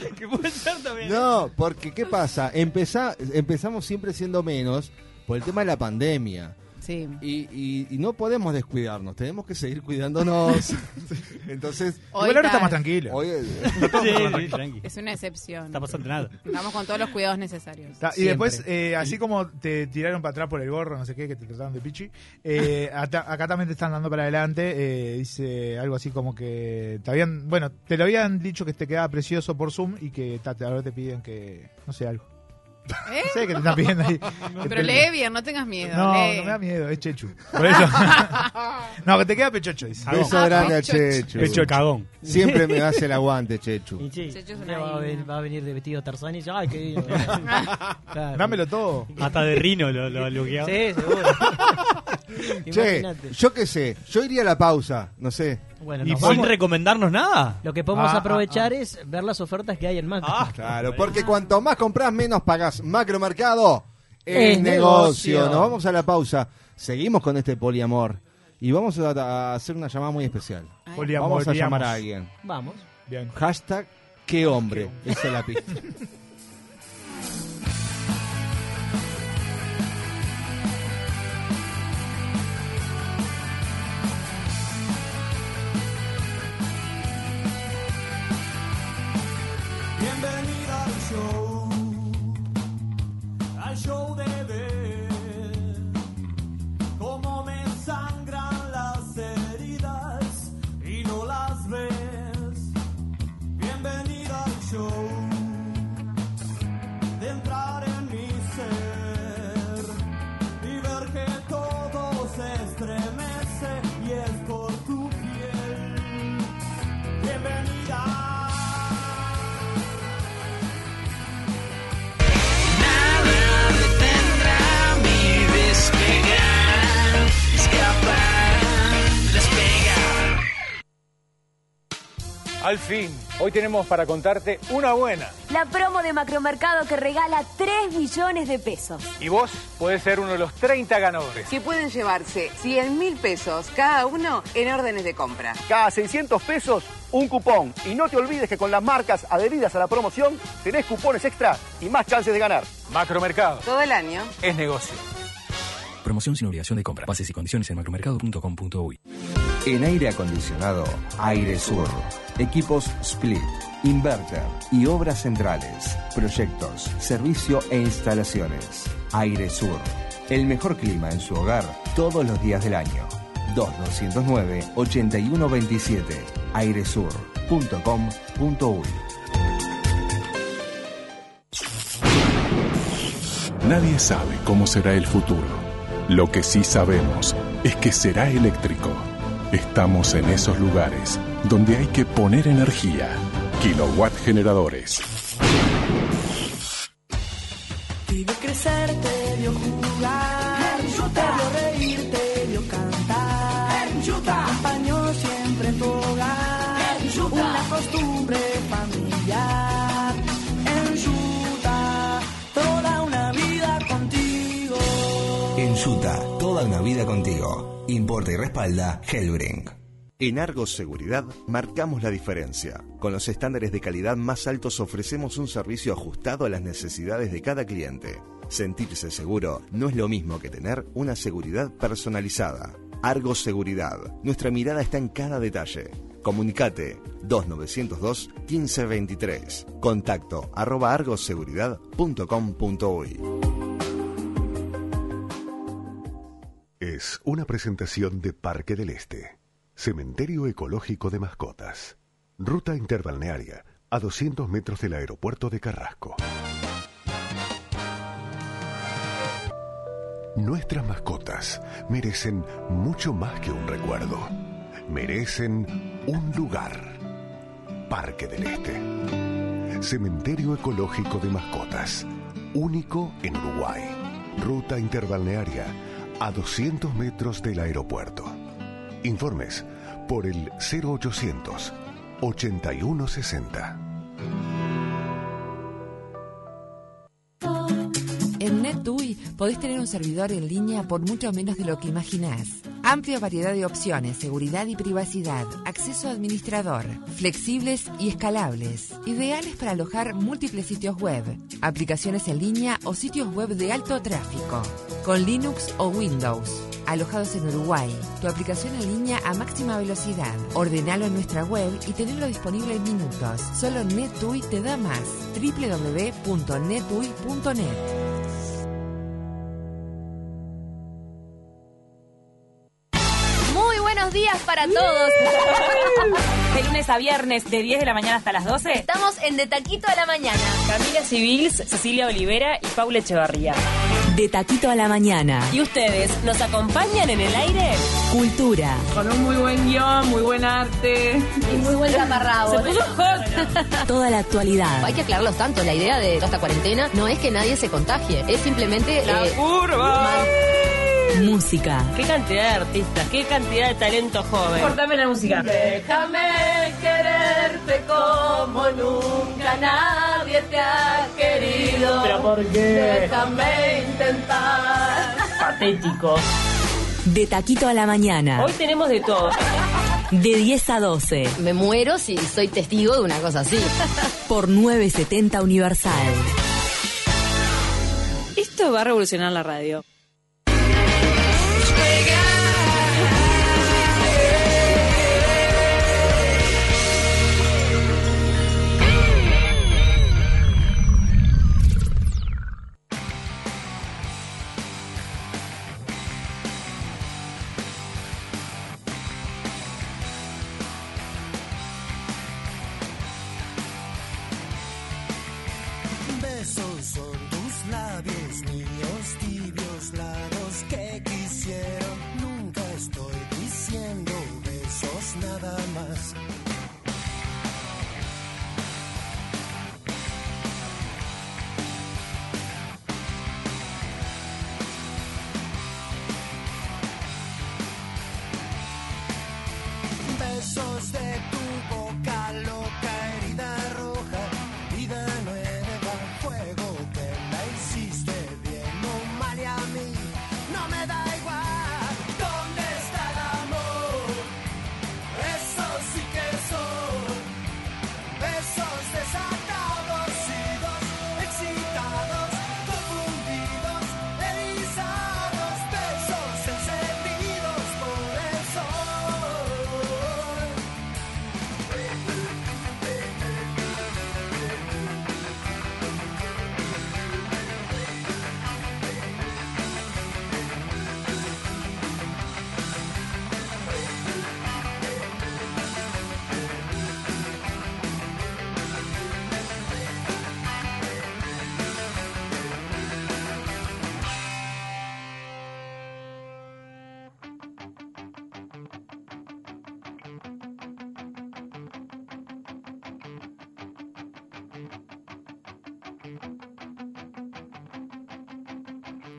¿eh?
No, porque ¿qué pasa? Empezá- empezamos siempre siendo menos por el tema de la pandemia.
Sí.
Y, y- y no podemos descuidarnos, tenemos que seguir cuidándonos. Entonces,
Hoy Igual ahora está está- más
tranquilo.
Hoy, eh,
Es una excepción.
Está pasando nada.
Estamos con todos los cuidados necesarios.
Ta- y después, eh, así como te tiraron para atrás por el gorro, no sé qué, que te trataron de pichi, eh, ata- acá también te están dando para adelante. eh, dice algo así como que te habían, bueno, te lo habían dicho que te quedaba precioso por Zoom y que ta, te- ahora te piden que, no sé, algo.
¿Eh?
No sé qué te están pidiendo ahí. Que
Pero
te-
lee bien, no tengas miedo.
No,
lee.
no me da miedo, es Chechu. Por eso. no, que te queda pechocho, dice.
beso
Ah,
grande a Chechu.
Pecho cagón.
Siempre me hace el aguante, Chechu.
Y sí,
Checho es
un
una
día va, a
divina.
ven- va a venir de vestido Tarzán y dice, ay, qué divino. Claro.
Dámelo todo.
Hasta de Rino lo, lo, lo guiaba.
Sí, seguro.
Che,
Imagínate.
yo qué sé, yo iría a la pausa, no sé.
Bueno,
¿Y
nos
sin
vamos.
recomendarnos nada?
Lo que podemos
Ah, ah,
aprovechar es ver las ofertas que hay en Macro.
Ah,
Claro,
Ah.
porque cuanto más compras, menos pagás. Macromercado es
Es
negocio.
negocio.
Nos vamos a la pausa. Seguimos con este poliamor. Y vamos a, a hacer una llamada muy especial.
Poliamor,
vamos a
digamos.
llamar a alguien.
Vamos.
Bien.
Hashtag qué hombre. Esa es la pista.
Bienvenida al show, al show de ver cómo me sangran las heridas y no las ves. Bienvenida al show, de entrar en mi ser y ver que todo se estremece y es por tu piel. Bienvenida. Nada me tendrá mi despegar, escapar, despegar.
Al fin, hoy tenemos para contarte una buena.
La promo de Macromercado que regala 3 millones de pesos.
Y vos podés ser uno de los 30 ganadores.
que pueden llevarse 100 mil pesos cada uno en órdenes de compra.
Cada 600 pesos, un cupón. Y no te olvides que con las marcas adheridas a la promoción tenés cupones extra y más chances de ganar.
Macromercado
Todo el año.
es negocio.
Promoción sin obligación de compra. Bases y condiciones en macromercado.com.uy.
En aire acondicionado, Aire Sur. Equipos Split, Inverter y Obras Centrales. Proyectos, servicio e instalaciones. Aire Sur. El mejor clima en su hogar todos los días del año. 2209-8127. airesur.com.uy
Nadie sabe cómo será el futuro. Lo que sí sabemos es que será eléctrico. Estamos en esos lugares donde hay que poner energía. Kilowatt generadores.
Te vio crecer, te vio jugar, te vio reír, te vio cantar, te acompañó siempre en tu hogar, una costumbre familiar. En Utah, toda una vida contigo.
En Utah, toda una vida contigo. Importa y respalda Hellbrink.
En Argos Seguridad marcamos la diferencia. Con los estándares de calidad más altos ofrecemos un servicio ajustado a las necesidades de cada cliente. Sentirse seguro no es lo mismo que tener una seguridad personalizada. Argos Seguridad. Nuestra mirada está en cada detalle. Comunicate 2902 1523. Contacto arroba argoseguridad.com.uy.
Es una presentación de Parque del Este, Cementerio Ecológico de Mascotas, ruta interbalnearia a 200 metros del aeropuerto de Carrasco. Nuestras mascotas merecen mucho más que un recuerdo, merecen un lugar. Parque del Este, Cementerio Ecológico de Mascotas, único en Uruguay, ruta interbalnearia a 200 metros del aeropuerto. Informes por el 0800 8160.
En NetUI podés tener un servidor en línea por mucho menos de lo que imaginás. Amplia variedad de opciones, seguridad y privacidad, acceso a administrador, flexibles y escalables, ideales para alojar múltiples sitios web, aplicaciones en línea o sitios web de alto tráfico, con Linux o Windows. Alojados en Uruguay, tu aplicación en línea a máxima velocidad. Ordenalo en nuestra web y tenerlo disponible en minutos. Solo NetUI te da más. www.netui.net
Muy buenos días para todos. De lunes a viernes, de 10 de la mañana hasta las 12. Estamos en De Taquito a la Mañana. Camila Civils, Cecilia Olivera y Paula Echevarría.
De Taquito a la Mañana.
¿Y ustedes nos acompañan en el aire?
Cultura.
Con un muy buen guión, muy buen arte. Y muy buen taparrabo.
Toda la actualidad.
Hay que aclararlos tanto. La idea de toda esta cuarentena no es que nadie se contagie, es simplemente. La curva.
Música.
Eh, Qué cantidad de artistas, qué cantidad de talento joven. Cortame la música.
Déjame quererte como nunca nadie te ha querido.
¿Pero por qué?
Déjame intentar.
Patético.
De Taquito a la Mañana.
Hoy tenemos de todo.
De 10 a 12.
Me muero si soy testigo de una cosa así.
Por 970 Universal.
Esto va a revolucionar la radio.
Besos son tus labios, niños tibios, lados que quisieron. Nunca estoy diciendo besos nada más. Besos de tu boca loca, herida roja, vida nueva, fuego que la hiciste bien o mal y a mí.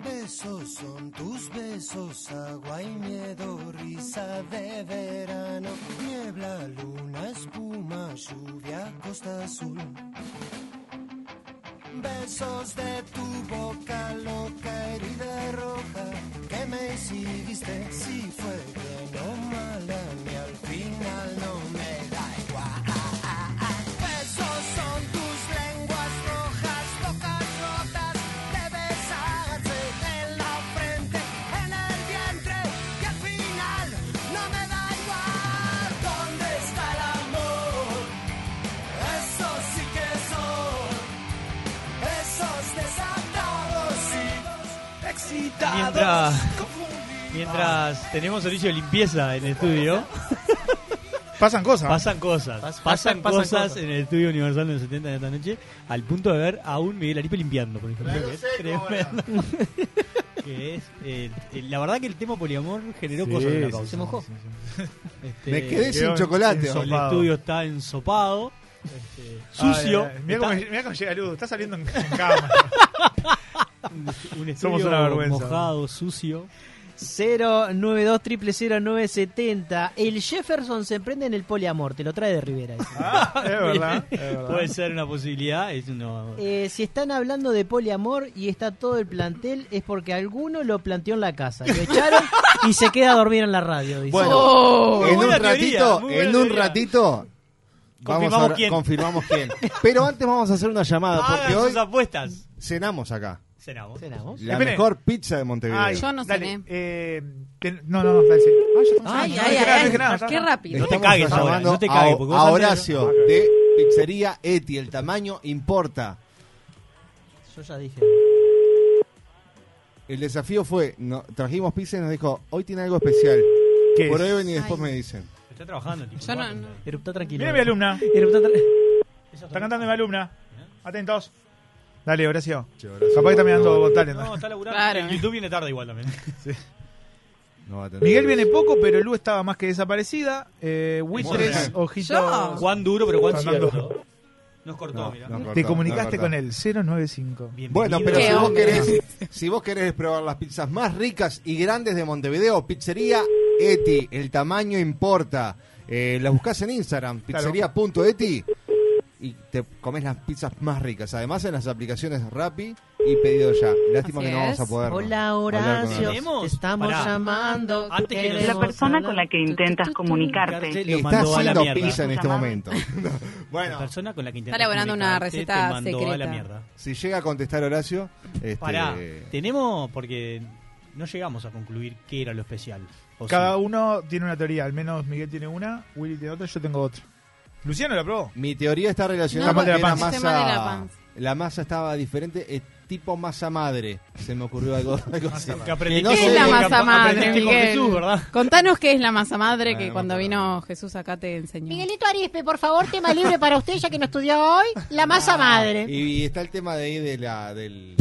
besos, son tus besos, agua y miedo, risa de verano, niebla, luna, espuma, lluvia, costa azul. Besos de tu boca loca, herida roja, que me hiciste si fue bien o mala, ni al final no me da igual. Besos son tus lenguas rojas, bocas rotas, de besarse en la frente, en el vientre, y al final no me da igual. ¿Dónde está el amor? Eso sí que son esos desatados y excitados.
Mientras, mientras tenemos servicio de limpieza en el estudio.
Pasan cosas.
Pasan cosas. Pasan,
pasan
cosas,
cosas.
en el estudio universal de los 70 de esta noche, al punto de ver a un Miguel Aripe limpiando, por ejemplo.
Claro,
que es
seco, ahora.
tremendo. Que es, eh, eh, la verdad que el tema poliamor generó
Sí,
cosas en la
sí,
pausa.
sí,
Se mojó.
sí, sí.
Este,
Me quedé sin
quedó
chocolate.
ensopado. El
Ensopado.
estudio está ensopado, este, sucio.
Mira cómo,
Está-
mirá cómo llega luz, está saliendo en, en cama.
un
Somos
estudio
una vergüenza.
mojado, sucio.
092 0970 El Jefferson se emprende en el poliamor, te lo trae de Rivera. dice.
es verdad, es verdad.
Puede ser una posibilidad. Es una-
Eh, si están hablando de poliamor y está todo el plantel, es porque alguno lo planteó en la casa. Lo echaron y se queda a dormir en la radio. dice.
Bueno,
Oh.
en un ratito, en un ratito vamos
Confirmamos
a-
quién.
confirmamos quién. Pero antes vamos a hacer una llamada porque
Hagan
hoy
sus apuestas.
cenamos acá.
Cenamos.
La
Espere.
mejor pizza de Montevideo.
Ay, dale, eh, ten- no, no, no, dale, sí. Ay, ya estamos
Ay,
hablando,
ay,
no dije nada,
ay,
no dije nada,
qué
está-
rápido.
Le
No te
estamos
cagues ahora,
llamando
no te cagues,
a-
porque vos
a
antes-
Horacio de Pizzería Eti, el tamaño importa.
Yo ya dije.
El desafío fue, no, trajimos pizza y nos dijo, hoy tiene algo especial.
¿Qué es?
Prueben y después
Ay.
me dicen.
Está trabajando, tipo.
Yo no- no. Eruptá tranquilo.
Mira mi alumna.
Eruptá tra-
Está cantando mi alumna. Atentos. Dale, Horacio.
Horacio.
Capaz que está mirando
No.
Voltaren.
No, está laburando.
Claro.
YouTube viene tarde igual también.
No va a tener-
Miguel viene poco, pero Lu estaba más que desaparecida. Eh, Buitres,
Yo.
ojito.
Juan duro, pero Juan
Fernando.
cierto. Nos cortó,
No,
mirá.
no cortó,
Te
no
comunicaste
cortó.
con él, 095.
Bueno, pero si vos, querés, si vos querés probar las pizzas más ricas y grandes de Montevideo, Pizzería Eti, el tamaño importa. Eh, la buscás en Instagram,
Claro.
pizzería.eti, y te comes las pizzas más ricas. Además, en las aplicaciones Rappi y pedido ya. Lástima
Así
que no vamos a
es.
poder.
Hola,
hablar con
Horacio.
Horacio.
¿Tenemos? Te estamos Pará. llamando, Antes que queremos
la persona con la que intentas comunicarte
Lo
Está
mandó a la
haciendo
mierda.
pizza en este momento.
Bueno. La persona con la que
Está
intentás
elaborando una
comunicarte
Ah,
receta
te mandó a la
secreta.
mierda.
Si llega a contestar Horacio, este,
Pará, tenemos porque no llegamos a concluir qué era lo especial. O
Cada
sea,
uno tiene una teoría, al menos Miguel tiene una, Willy tiene otra, yo tengo otra. Luciano la probó.
Mi teoría está relacionada
Está mal de la
con que la,
panza.
masa,
Está mal de la panza.
la masa estaba diferente, eh, tipo masa madre. Se me ocurrió algo. algo así.
Que aprendiste-
no
¿Qué
sé-
es la masa madre,
aprendiste con
Miguel?
Jesús, ¿verdad?
Contanos qué es la masa madre
Ah,
que
no
cuando vino Jesús acá te enseñó.
Miguelito Arispe, por favor, tema libre para usted, ya que no estudió hoy, la masa madre.
Y, y está el tema de ahí de la del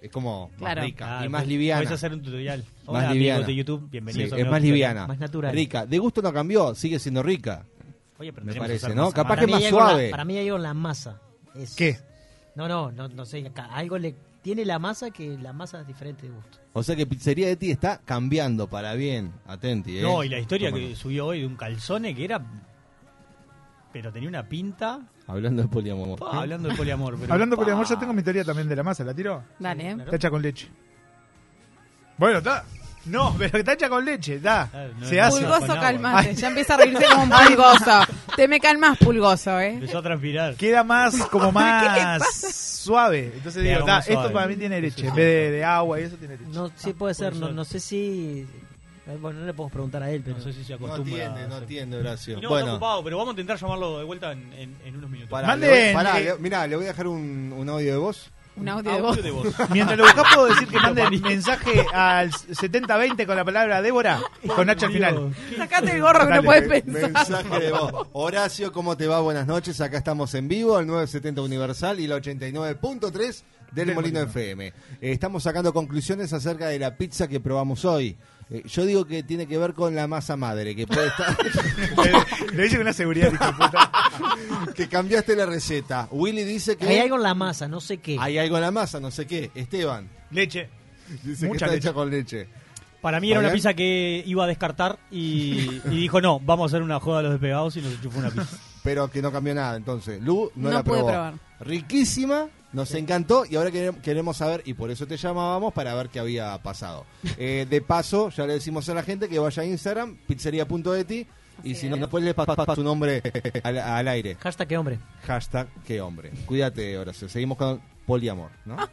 es como
Claro.
más rica
Ah,
y más
podés-
liviana.
podés hacer un tutorial.
Más
Hola, amigos
liviana.
de YouTube, bienvenidos
Sí,
a
es
una
más
tutorial.
liviana,
Más natural.
rica. De gusto no cambió, sigue siendo rica.
Oye, pero
me
tenemos que
parece,
usar
¿no?
masa
Capaz que
madre.
es más
Ella con la-
suave.
para mí ya con la masa. Es-
¿Qué?
No, no, no, no sé. acá Algo le tiene la masa que la masa es diferente de gusto.
O sea que pizzería de ti está cambiando para bien, atenti. ¿eh?
No, y la historia
Tómalo.
que subió hoy de un calzone que era. Pero tenía una pinta.
hablando de poliamor.
Pa, hablando de poliamor. Pero,
Hablando de
pa.
poliamor, yo tengo mi teoría también de la masa, ¿la tiro?
Dale.
Está hecha con leche. Bueno, está. No, pero está hecha con leche, está.
no,
Se
no,
hace.
Pulgoso,
Con agua.
calmate.
Ay.
Ya empieza a reírse como un pulgoso. Te me calmas, pulgoso, ¿eh?
Empezó a transpirar.
Queda más, como
¿Qué le
más
pasa?
suave. Entonces
Queda
digo,
como
está,
más suave.
esto para mí tiene
Eso
leche.
sí.
En vez de, de agua y eso tiene leche.
No, sí puede ser. No,
ser.
no sé si. eh, Bueno, no le podemos preguntar a él, pero.
No sé si se
No
acostumbra.
atiende, no atiende,
Y
Horacio.
no, está
bueno,
ocupado, pero vamos a intentar llamarlo de vuelta en, en- en unos minutos.
pará, le voy-
eh,
pará, le- mirá, le voy a dejar un, un audio de voz.
Un audio
de Audio voz. de voz.
Mientras lo buscas, puedo decir que mande el mensaje al 7020 con la palabra Débora, con H al final.
Sacate el gorro que no puedes
Me-
pensar.
Mensaje de voz. Horacio, ¿cómo te va? Buenas noches. Acá estamos en vivo, el 970 Universal y la 89.3 del
Del
Molino FM. Eh, estamos sacando conclusiones acerca de la pizza que probamos hoy. Eh, yo digo que tiene que ver con la masa madre, que puede estar...
Le dice con una seguridad, hijo de puta.
que cambiaste la receta. Willy dice que...
Hay algo en la masa, no sé qué.
Hay algo en la masa, no sé qué. Esteban.
Leche.
Dice que está hecha con leche.
Para mí era una
¿Fabián?
pizza que iba a descartar y, y dijo, no, vamos a hacer una joda a los despegados y nos enchufó una pizza.
Pero que no cambió nada, entonces. Lu no,
No
la
pude
probó.
probar.
Riquísima, nos encantó y ahora quere- queremos saber, y por eso te llamábamos, para ver qué había pasado. Eh, de paso, ya le decimos a la gente que vaya a Instagram, pizzería.eti, y si no, después le pasas tu nombre al, al aire.
Hashtag qué hombre.
Hashtag qué hombre. Cuídate, Horacio. Seguimos con poliamor, ¿no?
Ah.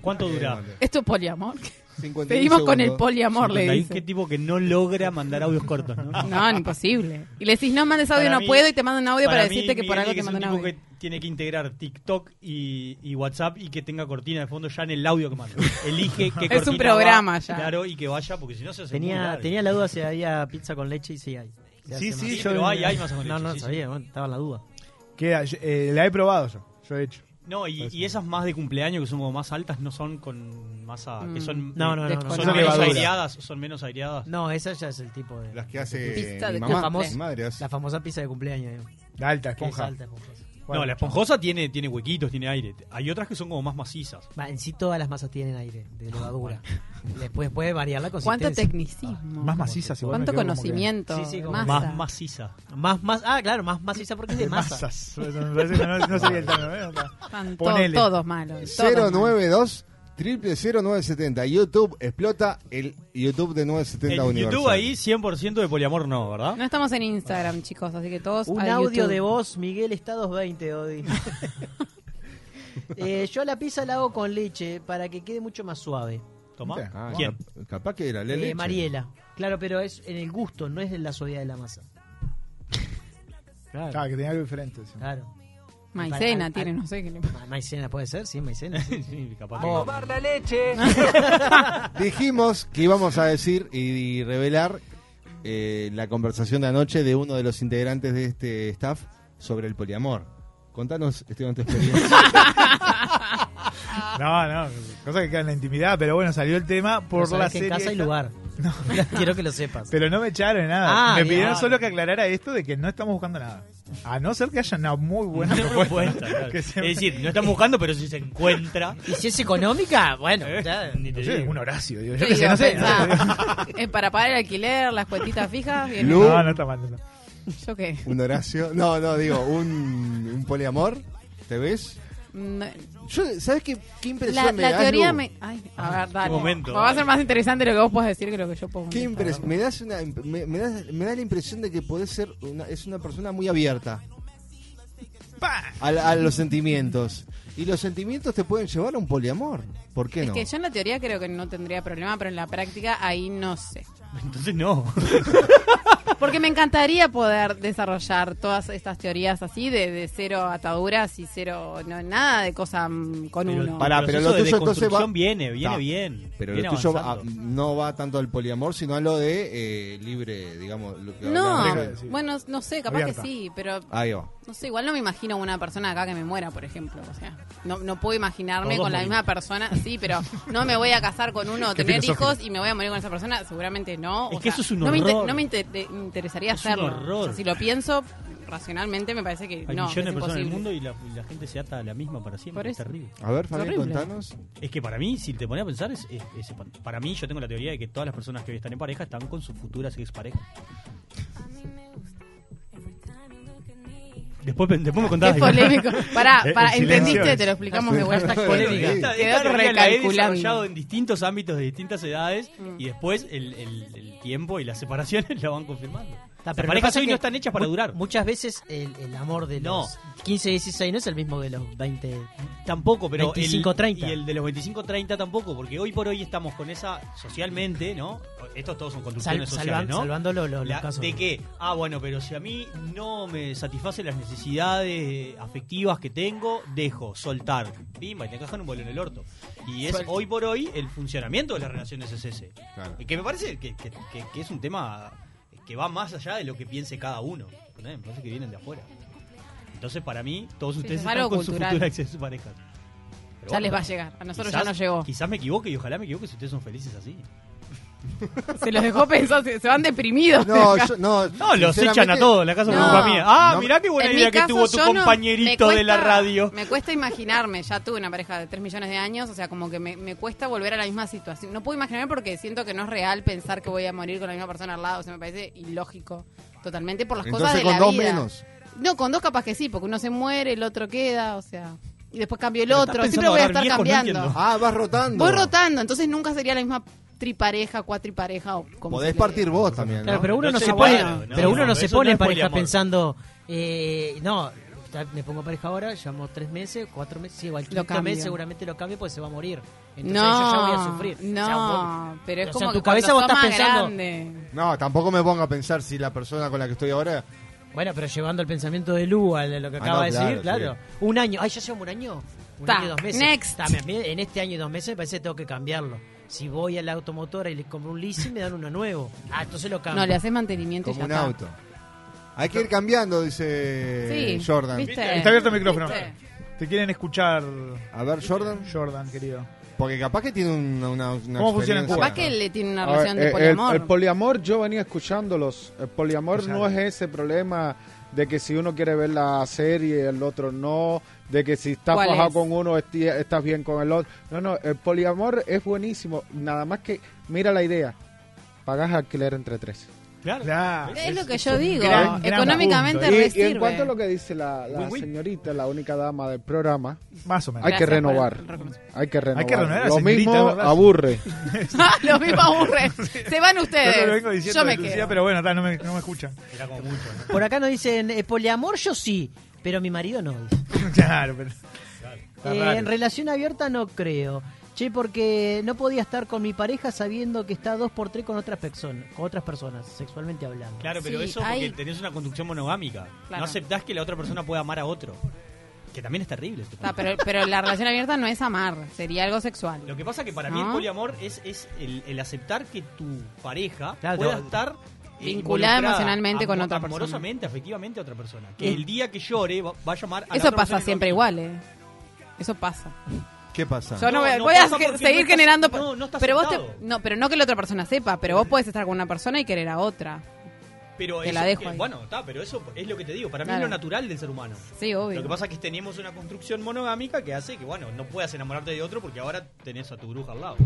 ¿Cuánto dura?
Esto es poliamor.
51
Seguimos con
segundos.
el poliamor, le
Hay
dice.
qué tipo que no logra mandar audios cortos, ¿no?
No, imposible. Y le decís, no mandes audio,
Para
no
mí-
puedo, y te manda un audio para,
mí,
decirte que por algo
Miguel es
te
un
mandan
tipo
audio.
que tiene que integrar TikTok y, y WhatsApp y que tenga cortina de fondo ya en el audio que manda. Elige qué
Es un
cortina va,
programa ya.
Claro, y que vaya, porque si no se hace muy
Tenía,
largo.
tenía la duda si había pizza con leche y sí hay. Se
Sí,
hace
sí,
más.
yo- pero hay- hay masa con
No,
leche,
no
sí, sí.
sabía, bueno, estaba en la duda.
Queda, yo- eh, la he probado yo. Yo he hecho.
No, y, y esas más de cumpleaños que son como más altas no son con masa.
Ah,
Mm.
Que son, eh,
No, no, no, no.
son
Son
menos
levaduras.
aireadas. Son menos aireadas.
No, esa ya es el tipo de. Las
que
hace
Pizza mi de
la,
mamá, cumple. mi
famosa, la famosa pizza de cumpleaños. eh.
La alta
Que es
esponja.
alta esponjosa.
No, la esponjosa tiene, tiene huequitos, tiene aire. Hay otras que son como más macizas.
Va, en sí todas las masas tienen aire de levadura. Después puede variar la
¿Cuánto
consistencia.
tecnicismo?
Más macizas igual.
¿Cuánto
me quedo como
conocimiento?
Sí, sí,
de
como
masa?
Más maciza.
Más, más, ah, claro, más maciza porque es de masa.
Masas. Me parece que no, no sería el término. ¿eh? O sea,
Están to-
ponele.
todos malos. todos malos.
092 triple 0970 YouTube explota el YouTube de 970
En
Universal.
YouTube ahí 100% de poliamor no, ¿verdad?
No estamos en Instagram, chicos, así que todos.
Un
al
audio
YouTube.
de voz, Miguel está 220 hoy. Eh, yo la pizza la hago con leche para que quede mucho más suave.
Tomá.
Ah,
¿Quién?
cap- capaz que era
Eh,
Lele.
Mariela. Claro, pero es en el gusto, no es en la suavidad de la masa. Claro.
Ah, que tenía algo diferente. sí.
Claro.
Maicena
Al- al-
tiene, no sé qué le
Ma- Maicena puede ser, sí, maicena. Oh.
sí, capaz.
Vos-
la leche!
Dijimos que íbamos a decir y, y revelar eh, la conversación de anoche de uno de los integrantes de este staff sobre el poliamor. Contanos, Esteban, tu experiencia.
No, no. Cosa que queda en la intimidad. Pero bueno, salió el tema por
Pero sabés
la
que
serie.
en casa hay
esta.
lugar. Quiero que lo sepas.
Pero no me echaron nada.
Ah,
me
bien.
pidieron
Ah.
solo que aclarara esto de que no estamos buscando nada. A no ser que haya una muy buena
Una
propuesta.
propuesta, claro.
que
Es
se-
decir, no estamos buscando, pero si se encuentra.
¿Y si es económica? Bueno, ya, ni te
Eh, No sé,
digo.
un Horacio. digo,
Sí,
Yo qué sé, no sé.
pensá.
no sé.
Eh, para pagar el alquiler, las cuentitas fijas. bien.
Lu.
No, no está mal. no está mal.
¿Yo qué?
¿Un Horacio? No, no, digo, un, un poliamor. ¿Te ves?
No,
Yo, ¿Sabes qué, qué impresión
la,
me
la
das,
teoría
Lu?
me. Ay,
Ah,
a ver, dale.
momento.
Va a ser más interesante lo que vos puedas decir que lo que yo puedo.
Qué
contar.
impres- me, das una, imp- me, me das- me da la impresión de que podés ser una, es una persona muy abierta a, la- a los sentimientos. Y los sentimientos te pueden llevar a un poliamor. ¿Por qué
Es
no?
que yo en la teoría creo que no tendría problema, pero en la práctica ahí no sé.
Entonces no.
Porque me encantaría poder desarrollar todas estas teorías así, de, de cero ataduras y cero, no, nada de cosa mm, con uno.
Pará,
el
pero
proceso
lo
de
tuyo entonces va.
deconstrucción viene, viene bien,
Pero
viene
lo tuyo va- no va tanto al poliamor, sino a lo de eh, libre, digamos. Lo que
No,
hablábamos de-
bueno, no sé, capaz
Abierta.
que sí, pero
Ahí va.
no sé, igual no me imagino una persona acá que me muera, por ejemplo. O sea, no, no puedo imaginarme
Todos
con la
morimos.
misma persona, sí, pero no me voy a casar con uno o
Qué
tener
filosófico.
hijos y me voy a morir con esa persona, seguramente no.
Es
o
que
sea,
eso es un
no Me
horror.
no me inte- de- interesaría
Es un
hacerlo.
horror.
O sea, si lo pienso racionalmente, me parece que
Hay
no.
millones de
es
personas en el
imposible.
mundo y la, y la gente se ata a la misma para siempre.
Por
Es
eso.
terrible.
A ver, Fabián, Horrible. contanos.
Es que para mí, si te pones a pensar, es, es- es espant- para mí yo tengo la teoría de que todas las personas que hoy están en pareja están con sus futuras exparejas. Después, después me contás.
Qué polémico. Pará,
Eh,
pará,
el silencio
entendiste,
es-
te lo explicamos de vuelta.
Es polémica.
Quedó
Esta, esta teoría la he
recalculando. Mm.
desarrollado en distintos ámbitos de distintas edades y después el, el- el tiempo y las separaciones la van confirmando.
Está,
Las
pero lo que
parejas
pasa
hoy
es
no
que
están hechas para
mu-
durar.
Muchas veces el, el amor de
No.
los 15, 16 no es el mismo de los 20.
Tampoco, pero el-
25, 30.
Y el de los 25-30 tampoco, porque hoy por hoy estamos con esa socialmente, ¿no? Estos todos son construcciones
Sal-
sociales,
salvan-
¿no?
salvando los- los- los
La-
casos.
De que, ah, bueno, pero si a mí no me satisface las necesidades afectivas que tengo, dejo, soltar. Pimba, y te encajan un vuelo en el orto. Y es Suelta. hoy por hoy el funcionamiento de las relaciones es ese.
Claro.
Y que me parece que, que- que- que es un tema que va más allá de lo que piense cada uno. ¿no? Me parece que vienen de afuera. Entonces, para mí, todos
Sí,
ustedes
es
están
algo
con
cultural.
su futura ex- su pareja. Pero
Ya les va a llegar. A nosotros ya no llegó.
Quizás me equivoque y ojalá me equivoque si ustedes son felices así.
Se los dejó pensando, se se van deprimidos.
No,
de acá.
yo- no,
No, los
sinceramente-
echan a todos, la casa es
No,
culpa mía. Ah,
no.
mirá qué buena
En
idea
mi
que
caso,
tuvo tu
yo no-
compañerito
me
de la
cuesta-
radio.
Me cuesta imaginarme, ya tuve una pareja de 3 millones de años, o sea, como que me, me cuesta volver a la misma situación. No puedo imaginarme porque siento que no es real pensar que voy a morir con la misma persona al lado, se me parece ilógico, totalmente por las cosas
Entonces
de
con
la
dos
vida.
menos.
No, con dos capaz que sí, porque uno se muere, el otro queda, o sea, y después cambio el
Pero estás
otro,
pensando
siempre voy a
ahorrar
estar
viejos, no
cambiando.
entiendo.
Ah, vas rotando.
Voy rotando, entonces nunca sería la misma tripareja, cuatripareja o como
Podés
se le-
Eh,
partir vos también. ¿no?
Claro, pero uno no, se pone, pero uno no, se pone en pareja pensando, eh, no, ta- me pongo pareja ahora, llamo tres meses, cuatro meses, sí, igual
Lo
quinto mes
cambio.
seguramente lo cambio porque se va a morir. Entonces
No,
ahí yo ya voy a sufrir.
no,
O sea, vos-
pero es
o sea,
como
en
que
tu cabeza vos
cuando
estás
sos más
pensando,
grande.
No, tampoco me ponga a pensar si la persona con la que estoy ahora.
bueno, pero llevando el pensamiento de Lu a lo que
Ah,
acaba
no,
de
claro,
decir, claro, un año, ay, ya llevamos un año, un
Ta,
año y dos meses.
next.
Ta, me- me- en este año y dos meses me parece que tengo que cambiarlo. Si voy a la automotora y le compro un leasing, me dan uno nuevo. Ah, entonces lo cambio.
No, le haces mantenimiento y
Como
ya
un
está.
auto. Hay que ir cambiando, dice
Sí,
Jordan.
¿viste?
Está abierto el micrófono.
¿Viste?
Te quieren escuchar.
A ver, Jordan.
Jordan, querido.
Porque capaz que tiene una. una, una
¿Cómo funciona en
experiencia.
Cuba?
Capaz que le tiene una
A ver,
relación de
eh, el-
poliamor.
El, poliamor, yo venía escuchándolos. El poliamor no es ese problema de que si uno quiere ver la serie, el otro no, de que si estás
¿Cuál
bajado
es?
con uno, esti- estás bien con el otro. No, no, el poliamor es buenísimo. Nada más que, mira la idea, pagás alquiler entre tres.
Claro.
Es lo que yo
un
digo,
gran, gran
económicamente
punto.
re
y, y en
sirve.
cuanto a lo que dice la, la señorita, la única dama del programa,
Más o menos.
hay que
Gracias por el
renovar. Hay que renovar.
Hay que renovar a la
Lo
señorita,
mismo
¿verdad?
aburre.
Ah, Lo mismo aburre. Se van ustedes.
Yo lo vengo diciendo
Yo me
de Lucía,
quedo.
pero bueno, ta, no, me, no me escuchan.
Por acá nos dicen, eh, poliamor yo sí, pero mi marido no. dice.
claro, pero.
Eh,
raro.
en relación abierta no creo. Che, porque no podía estar con mi pareja sabiendo que está dos por tres con otras personas, con otras personas, sexualmente hablando.
Claro, pero eso porque tenés una conducción monogámica.
Claro.
No aceptás que la otra persona pueda amar a otro. Que también es terrible.
Ah, pero, pero la relación abierta no es amar, sería algo sexual.
Lo que pasa que para mí el
¿No?
poliamor es, es el, el aceptar que tu pareja
Claro,
pueda
no.
estar eh,
Vinculada
involucrada
emocionalmente con otra persona.
Amorosamente, afectivamente a otra persona. Que
Mm.
el día que llore va, va a llamar a la
Eso
otra persona
pasa
y
siempre
no-
igual, ¿eh? Eso pasa.
¿Qué pasa?
Yo no, voy,
no
voy a
pasa
ge-
porque no
seguir
estás-
generando.
no, no estás
pero vos te-
aceptado.
no, pero no que la otra persona sepa, pero vos podés estar con una persona y querer a otra.
Pero
Te
eso-
la dejo
eh,
ahí.
Bueno, está, pero eso es lo que te digo. Para mí
Claro.
es lo natural del ser humano.
Sí, obvio.
Lo que pasa es que tenemos una construcción monogámica que hace que, bueno, no puedas enamorarte de otro porque ahora tenés a tu bruja al lado.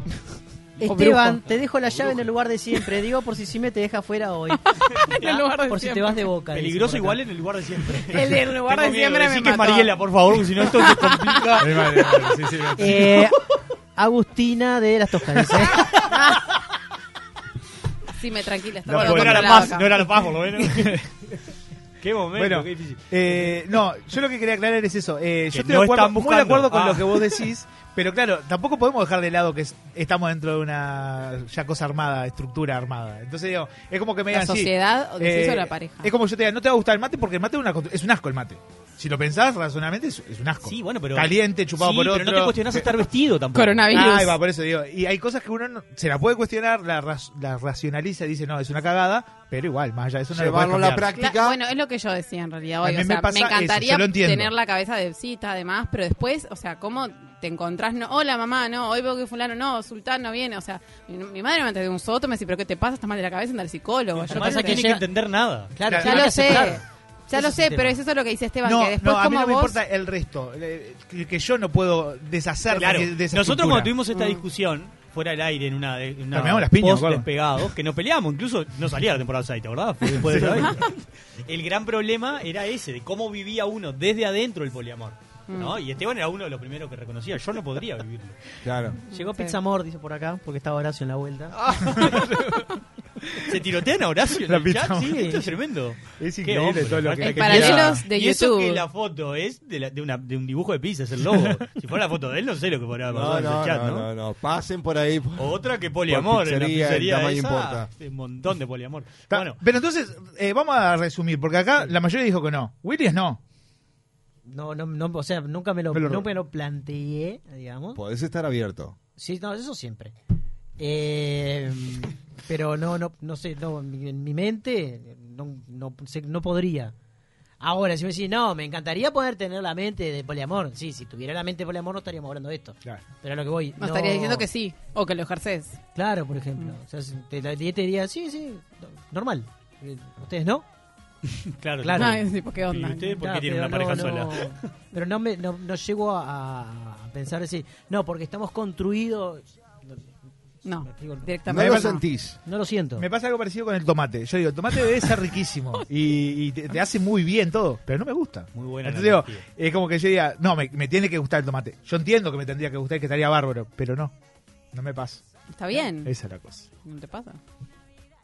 Este
Esteban, te dejo la llave en el lugar de siempre. Digo por si sí me te deja fuera hoy.
En el lugar de
por si te
siempre.
vas de boca. dice por
Peligroso
acá.
igual en el lugar de siempre.
El del lugar de
Tengo miedo.
siempre
Decí
me
que es
mató.
Mariela, por favor, porque si no esto se complica.
Vale, vale, vale, sí, sí, lo-
Eh, Agustina de las Toscanas. ¿eh?
Sí, me tranquila. está
No
todo
puedo.
No era la
controlado
paz,
acá.
no era la paz, por lo menos. Qué momento,
Bueno,
qué difícil.
eh, no, yo lo que quería aclarar es eso. Eh,
Que
no
yo estoy de acuerdo,
están
muy de
buscando.
acuerdo con
Ah.
lo que vos decís, pero claro, tampoco podemos dejar de lado que es- estamos dentro de una ya cosa armada, estructura armada. Entonces digo, es como que me
¿La
digan sí, eh,
sociedad o decís o la pareja?
Es como yo te diga, no te va a gustar el mate porque el mate es, una constru- es un asco el mate. Si lo pensás razonablemente es, es un asco.
Sí, bueno, pero.
Caliente, chupado
Sí,
por
Pero
otro.
no te cuestionás estar vestido tampoco.
Ahí va, por eso digo. Y hay cosas que uno no- se la puede cuestionar, la, ras- la racionaliza y dice, no, es una cagada, pero igual, más allá de eso no lo puedes
Llevarlo a la
cambiar.
práctica.
Cla- bueno, es lo que yo decía en realidad hoy.
También
o sea,
me
me,
pasa eso,
encantaría
yo lo entiendo.
tener la cabeza de cita, además, pero después, o sea, ¿cómo te encontrás? No, hola mamá, no, hoy veo que fulano, no, sultano viene. O sea, mi, mi madre me de un soto, me dice, ¿pero qué te pasa? Estás mal de la cabeza, anda al psicólogo. Yo
Lo que pasa es que
que
no tiene que entender nada.
Claro,
ya
tiene que
lo sé.
aceptar.
Ya
Ese
lo
es el
sé,
tema.
pero es eso lo que dice Esteban,
no,
que después
no, a mí
como
no me
vos...
importa el resto. eh, Que, que yo no puedo deshacerme
Claro,
de, de esa
nosotros
estructura.
cuando tuvimos
Mm.
esta discusión fuera del aire en una, de- en una
Terminamos las piñas,
post
me acuerdo.
despegados, que nos peleamos, incluso no salía la temporada 6, ¿te acordás? Fue después de
Sí.
la 20. El gran problema era ese, de cómo vivía uno desde adentro el poliamor.
Mm.
¿no? Y Esteban era uno de los primeros que reconocía, yo no podría vivirlo.
Claro.
Llegó Pizza Amor, dice por acá, porque estaba Horacio en la vuelta. Ah.
Se tirotean a Horacio en
La
el
pizza
chat, sí,
Amor.
esto es tremendo.
Es
Qué
increíble
hombre,
todo lo que- que
aparte.
piensa.
paralelos de
Y eso que
YouTube.
la foto es de, la- de una- de un dibujo de pizza, es el lobo. si fuera la foto de él, no sé lo que podría pasar
No,
en el
no,
chat,
no,
¿no?
no, no. Pasen por ahí.
Otra que poliamor
Por
en la pizzería
el tamaño
esa,
importa.
Un montón de poliamor.
Ta-
Bueno,
Pero entonces, eh, vamos a resumir, porque acá la mayoría dijo que no. Williams no.
No, no, no, o sea, nunca me lo,
Me lo-
no me lo planteé, digamos.
Podés estar abierto.
Sí, no, eso siempre. Eh, pero no, no, no sé, no, en mi- en mi mente no, no, sé, no podría. Ahora, si me decís, no, me encantaría poder tener la mente de poliamor. Sí, si tuviera la mente de poliamor no estaríamos hablando de esto. Pero a lo que voy.
No, estarías diciendo que sí, o que lo ejerces.
Claro, por ejemplo. O sea, si te, la- te diría, sí, sí, no- normal. Eh, ¿Ustedes no?
Claro,
claro.
Ah, sí, ¿por qué onda?
¿Y ustedes por
Claro,
qué tienen
pero
una pareja
no,
sola?
no. pero no, me, no, no llego a, a pensar decir, no, porque estamos construidos.
No,
directamente.
No
No lo
sentís. No lo siento.
Me pasa algo parecido con el tomate. Yo digo, el tomate debe ser riquísimo y, y te, te hace muy bien todo, pero no me gusta. Muy
buena
Entonces digo,
analogía.
es como que yo diga, no, me, me tiene que gustar el tomate. Yo entiendo que me tendría que gustar y que estaría bárbaro, pero no, no me pasa.
Está bien.
Esa es la cosa.
¿No te pasa?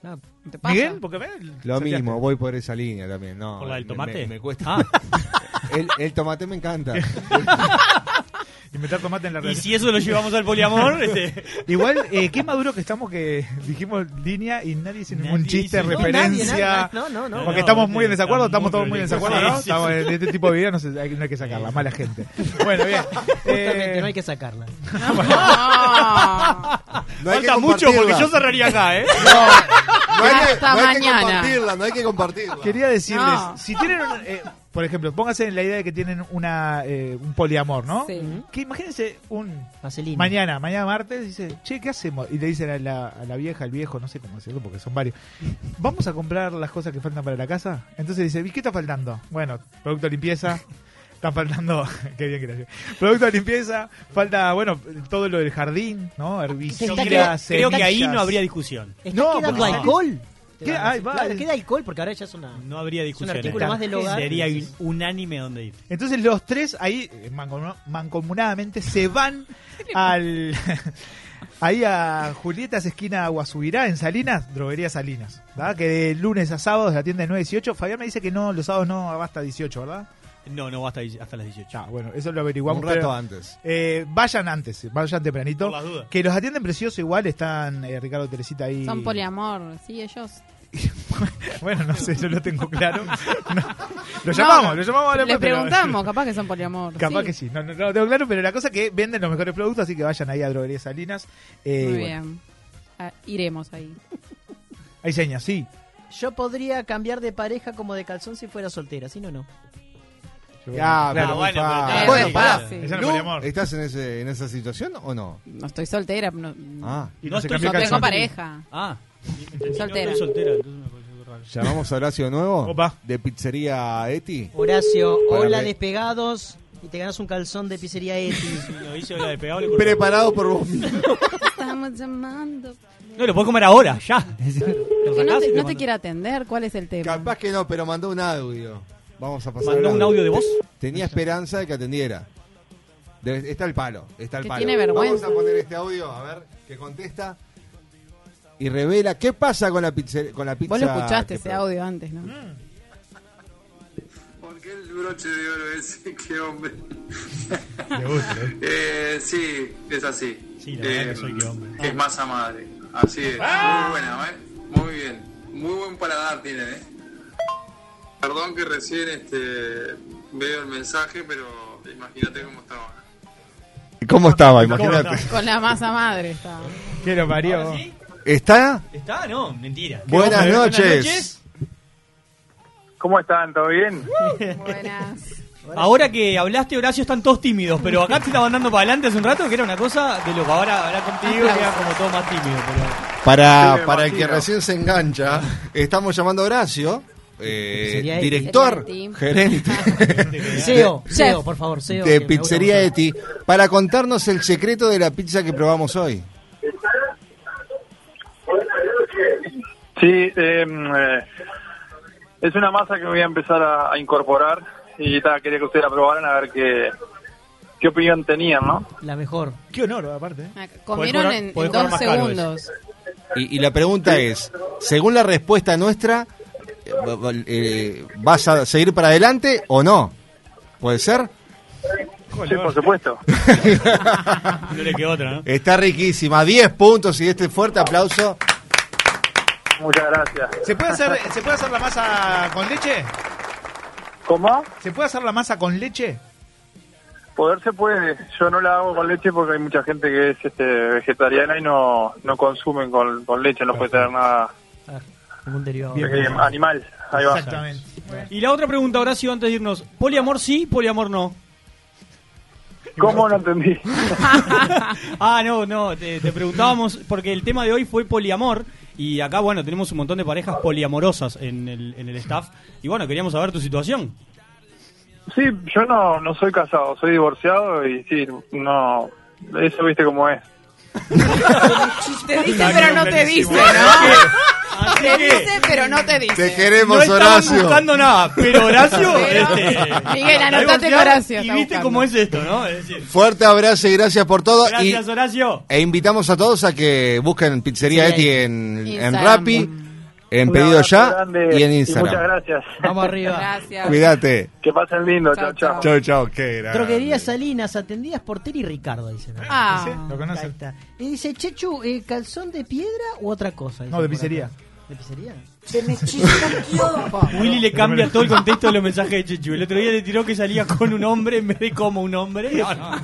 No.
¿Te pasa?
Miguel, porque ve, el-
Lo
Santiago.
mismo, voy por esa línea también. No,
¿Por la del
me-
tomate? Ah.
Me, me cuesta. el, el tomate me encanta.
Inventar tomate en la
Y
relación.
si eso lo llevamos al poliamor, este-
Igual, eh, qué maduro que estamos que dijimos línea y nadie hizo ningún
Nadie
chiste,
hizo- No,
referencia.
nadie, nadie, no, no, no.
Porque
No,
estamos
no,
muy en desacuerdo,
estamos
estamos todos muy en desacuerdo,
sí,
¿no?
sí,
Estamos
sí.
en este tipo de videos, no, se- hay- no hay que
Eh.
sacarla, mala gente. Bueno, bien.
Justamente, no hay que sacarla.
No hay que
Falta mucho
compartirla.
porque yo cerraría acá, ¿eh?
No hay que,
Hasta
no hay que
mañana.
compartirla, no hay que compartirla.
Quería decirles,
No.
si tienen, un- eh, por ejemplo, pónganse en la idea de que tienen una, eh, un poliamor, ¿no? Que imagínense un mañana, mañana martes, dice, che, ¿qué hacemos? Y le dicen a la, a la vieja, al viejo, no sé cómo decirlo, porque son varios. ¿Vamos a comprar las cosas que faltan para la casa? Entonces dice, ¿y qué está faltando? Bueno, producto de limpieza. Están faltando, qué bien que la llevé. Producto de limpieza, falta, bueno, todo lo del jardín, ¿no?
Yo
Herbicidas,
creo, creo que ahí no
semillas.
habría discusión.
¿Está
No,
quedando
porque-
alcohol?
¿Qué? Ay, va,
Claro,
el-
queda alcohol porque ahora ya es una.
No habría discusión.
Es un artículo
acá.
más del hogar.
Sería
Sí, sí, sí.
un- unánime donde ir.
Entonces los tres ahí eh, mancomu- mancomunadamente se van al ahí a Julietas esquina Guasubirá en Salinas, droguería Salinas, ¿verdad? Que de lunes a sábados la tienda de 9 a 18. Fabián me dice que no, los sábados no abasta 18, ¿verdad?
No, no, hasta, hasta las 18.
Ah, bueno, eso lo averiguamos.
Un rato
pero,
antes.
eh, vayan antes, vayan tempranito.
Por las dudas.
Que los atienden precioso igual, están eh, Ricardo Teresita ahí.
Son poliamor, sí, ellos.
bueno, no sé, yo lo tengo claro. No, Lo llamamos,
No,
lo llamamos ahora
Le
después, pero-
preguntamos, capaz que son poliamor.
Capaz
sí.
que sí, no, no, no lo tengo claro, pero la cosa es que venden los mejores productos, así que vayan ahí a Droguería Salinas.
Muy
Eh, bueno,
bien. Ah, iremos ahí.
Hay señas, sí.
Yo podría cambiar de pareja como de calzón si fuera soltera, si no, no.
Ya,
Claro,
Ah, pero muy
bueno,
fácil.
pero-
Eh, Bueno,
Eh,
pará.
sí. Eso no
Lu,
fue el amor.
¿Estás en, ese, en esa situación o no?
No estoy soltera. No,
Ah.
Y
no,
no
estoy-
se cambió
no tengo
calzón.
pareja.
Ah.
Soltera.
No, soy soltera, entonces me pareció raro.
Llamamos a Horacio de nuevo. De pizzería Eti.
Horacio,
Para
hola
ver.
despegados y te ganas un calzón de pizzería Eti.
Lo hice hola de pegado, le corté.
Preparado por vos.
Estamos llamando.
No, lo puedo comer ahora, ya. Lo
Que no
sacás y
te,
lo
no te
mandás.
quiere atender, ¿cuál es el tema?
Capaz que no, pero mandó un audio. Vamos a pasar.
¿Mandó
al
un audio de voz?
Tenía esperanza de que atendiera. Debe- está el palo, está el
Que
palo.
tiene vergüenza.
Vamos a poner este audio, a ver, que contesta. Y revela qué pasa con la pizza. Con la pizza
Vos lo escuchaste
que
ese
probó.
audio antes, ¿no?
Porque el broche de oro ese? Qué hombre.
gusta,
Eh, sí, es así.
Sí, la verdad
Eh,
que soy qué hombre.
Es masa madre. Así es. Muy buena, ¿eh? Muy bien. Muy buen paladar tienen, ¿eh? Perdón que recién este, veo el mensaje, pero imagínate cómo estaba.
¿Cómo estaba? Imagínate.
Con la masa madre estaba.
Que lo parió.
¿Está?
Está, no, mentira.
Buenas
Buenas
noches.
noches.
¿Cómo están? ¿Todo bien?
Buenas.
Ahora que hablaste, Horacio, están todos tímidos, pero acá te estaban dando para adelante hace un rato que era una cosa de loco. Ahora hablar contigo era como todo más tímido, pero...
Para,
Sí, me
para el que
imagino.
recién se engancha, estamos llamando a Horacio, eh,
Pizzería Eti.
director,
Gerente.
gerente.
CEO,
de-
CEO, por favor, CEO,
De
que me gusta
Pizzería Eti, para contarnos el secreto de la pizza que probamos hoy.
Sí, em, eh, es una masa que voy a empezar a, a incorporar y ta, quería que ustedes la probaran a ver qué, qué opinión tenían, ¿no?
La mejor.
Qué honor, aparte. eh.
Ah, Comieron en, en dos segundos.
Y, y la pregunta es, según la respuesta nuestra, eh, va- va- eh, ¿vas a seguir para adelante o no? ¿Puede ser?
Sí, por supuesto.
No le quedó otra, ¿no?
Está riquísima, 10 puntos y este fuerte aplauso.
Muchas gracias.
¿Se puede, hacer, ¿Se puede hacer la masa con leche?
¿Cómo?
¿Se puede hacer la masa con leche?
Poder se puede. Yo no la hago con leche porque hay mucha gente que es este, vegetariana y no, no consumen con, con leche, no puede tener nada
Ningún derivado.
eh, animal.
ahí va. Exactamente.
Y la otra pregunta, Horacio, antes de irnos. ¿Poliamor sí, poliamor no?
¿Cómo no entendí?
ah, no, no, te, te preguntábamos, porque el tema de hoy fue poliamor, y acá, bueno, tenemos un montón de parejas poliamorosas en el, en el staff, y bueno, queríamos saber tu situación.
Sí, yo no, no soy casado, soy divorciado y sí, no. Eso viste cómo es.
Te dice, pero no te dice, ¿no? Te dice, pero no te dice.
Te queremos,
No estamos
Horacio.
buscando nada, pero Horacio.
Pero-
este,
Miguel,
está
anotate que
divorciado,
Horacio.
Y
está
viste
buscando.
cómo es esto, ¿no? Es decir,
Fuerte abrazo y gracias por todo.
gracias,
y,
Horacio.
e invitamos a todos a que busquen Pizzería Eti en, en
Instagram.
Rappi, en
Un
Pedido
abrazo
Ya
grande
y en
muchas
Instagram.
gracias.
Vamos arriba.
Gracias.
Cuídate.
Que pasen lindo. Chao, chao.
Chau, chau. Qué grande.
Droguería Salinas, atendidas por Terry Ricardo, dice.
Ah.
Dice,
Lo
Ahí está. Y dice, Chechu, eh, ¿calzón de piedra u otra cosa? Dice
No, de
por
pizzería.
acá. ¿De pizzería?
Willy le cambia todo el contexto de los mensajes de Chechu. El otro día le tiró que salía con un hombre en vez de como un hombre. No, no.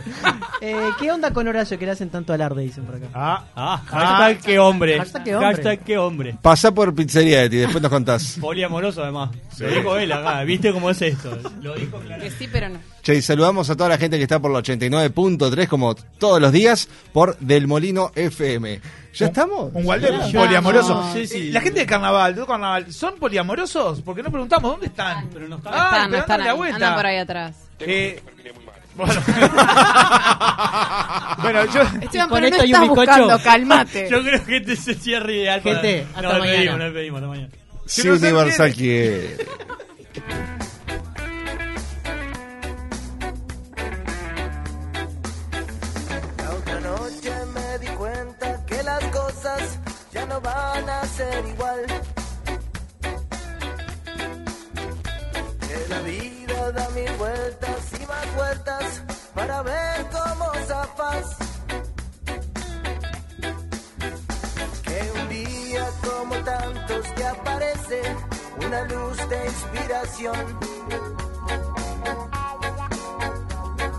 Eh, ¿Qué onda con Horacio que le hacen tanto alarde? Dicen por acá.
Ah, hashtag
Ah.
qué hombre.
Hashtag qué hombre.
Hashtag qué hombre.
Pasá por Pizzería Eti, después nos contás.
Poliamoroso, además.
Sí.
Lo dijo él acá. ¿Viste cómo es esto? Lo dijo claro.
Que sí, pero no.
Che, y saludamos a toda la gente que está por la 89.3 como todos los días por Del Molino FM.
¿Eh?
¿Ya
Oh,
estamos?
Un Walder, un
Ah,
poliamoroso. La gente de carnaval, de carnaval, ¿son poliamorosos? Porque no preguntamos dónde están. Pero no están,
Están, no están
Ah, la
ahí,
vuelta.
andan por ahí atrás.
Eh, bueno. bueno, yo.
Esteban, pero no estás buscando, calmate.
Yo creo que este es el cierre ideal. para-
Gente, hasta
no,
mañana.
despedimos, nos despedimos, hasta mañana.
Si Universal quiere.
La otra noche me di cuenta que las cosas ya no van a ser igual. Que la vida da mil vueltas y más vueltas para ver cómo zafas. Que un día como tantos te aparece una luz de inspiración.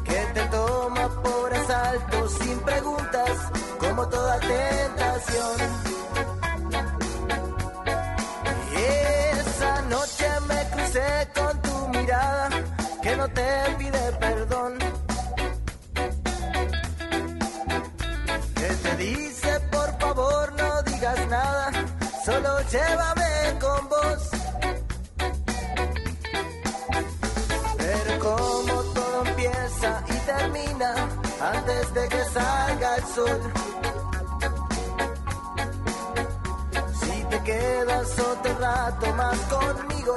que te toma por asalto sin preguntas, como toda tentación. Y esa noche me crucé con tu mirada que no te pide perdón. Que te dice por favor no digas nada, solo llévame con vos. Pero como todo empieza y termina antes de que salga el sol. Si te quedas otro rato más conmigo,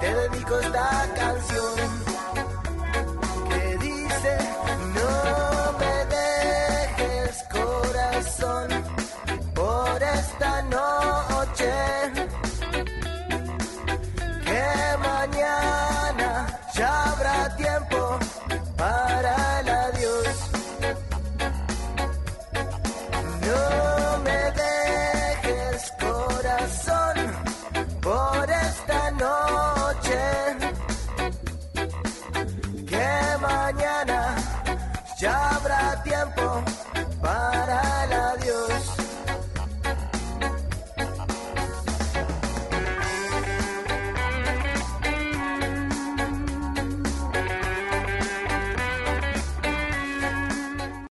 te dedico esta canción que dice no.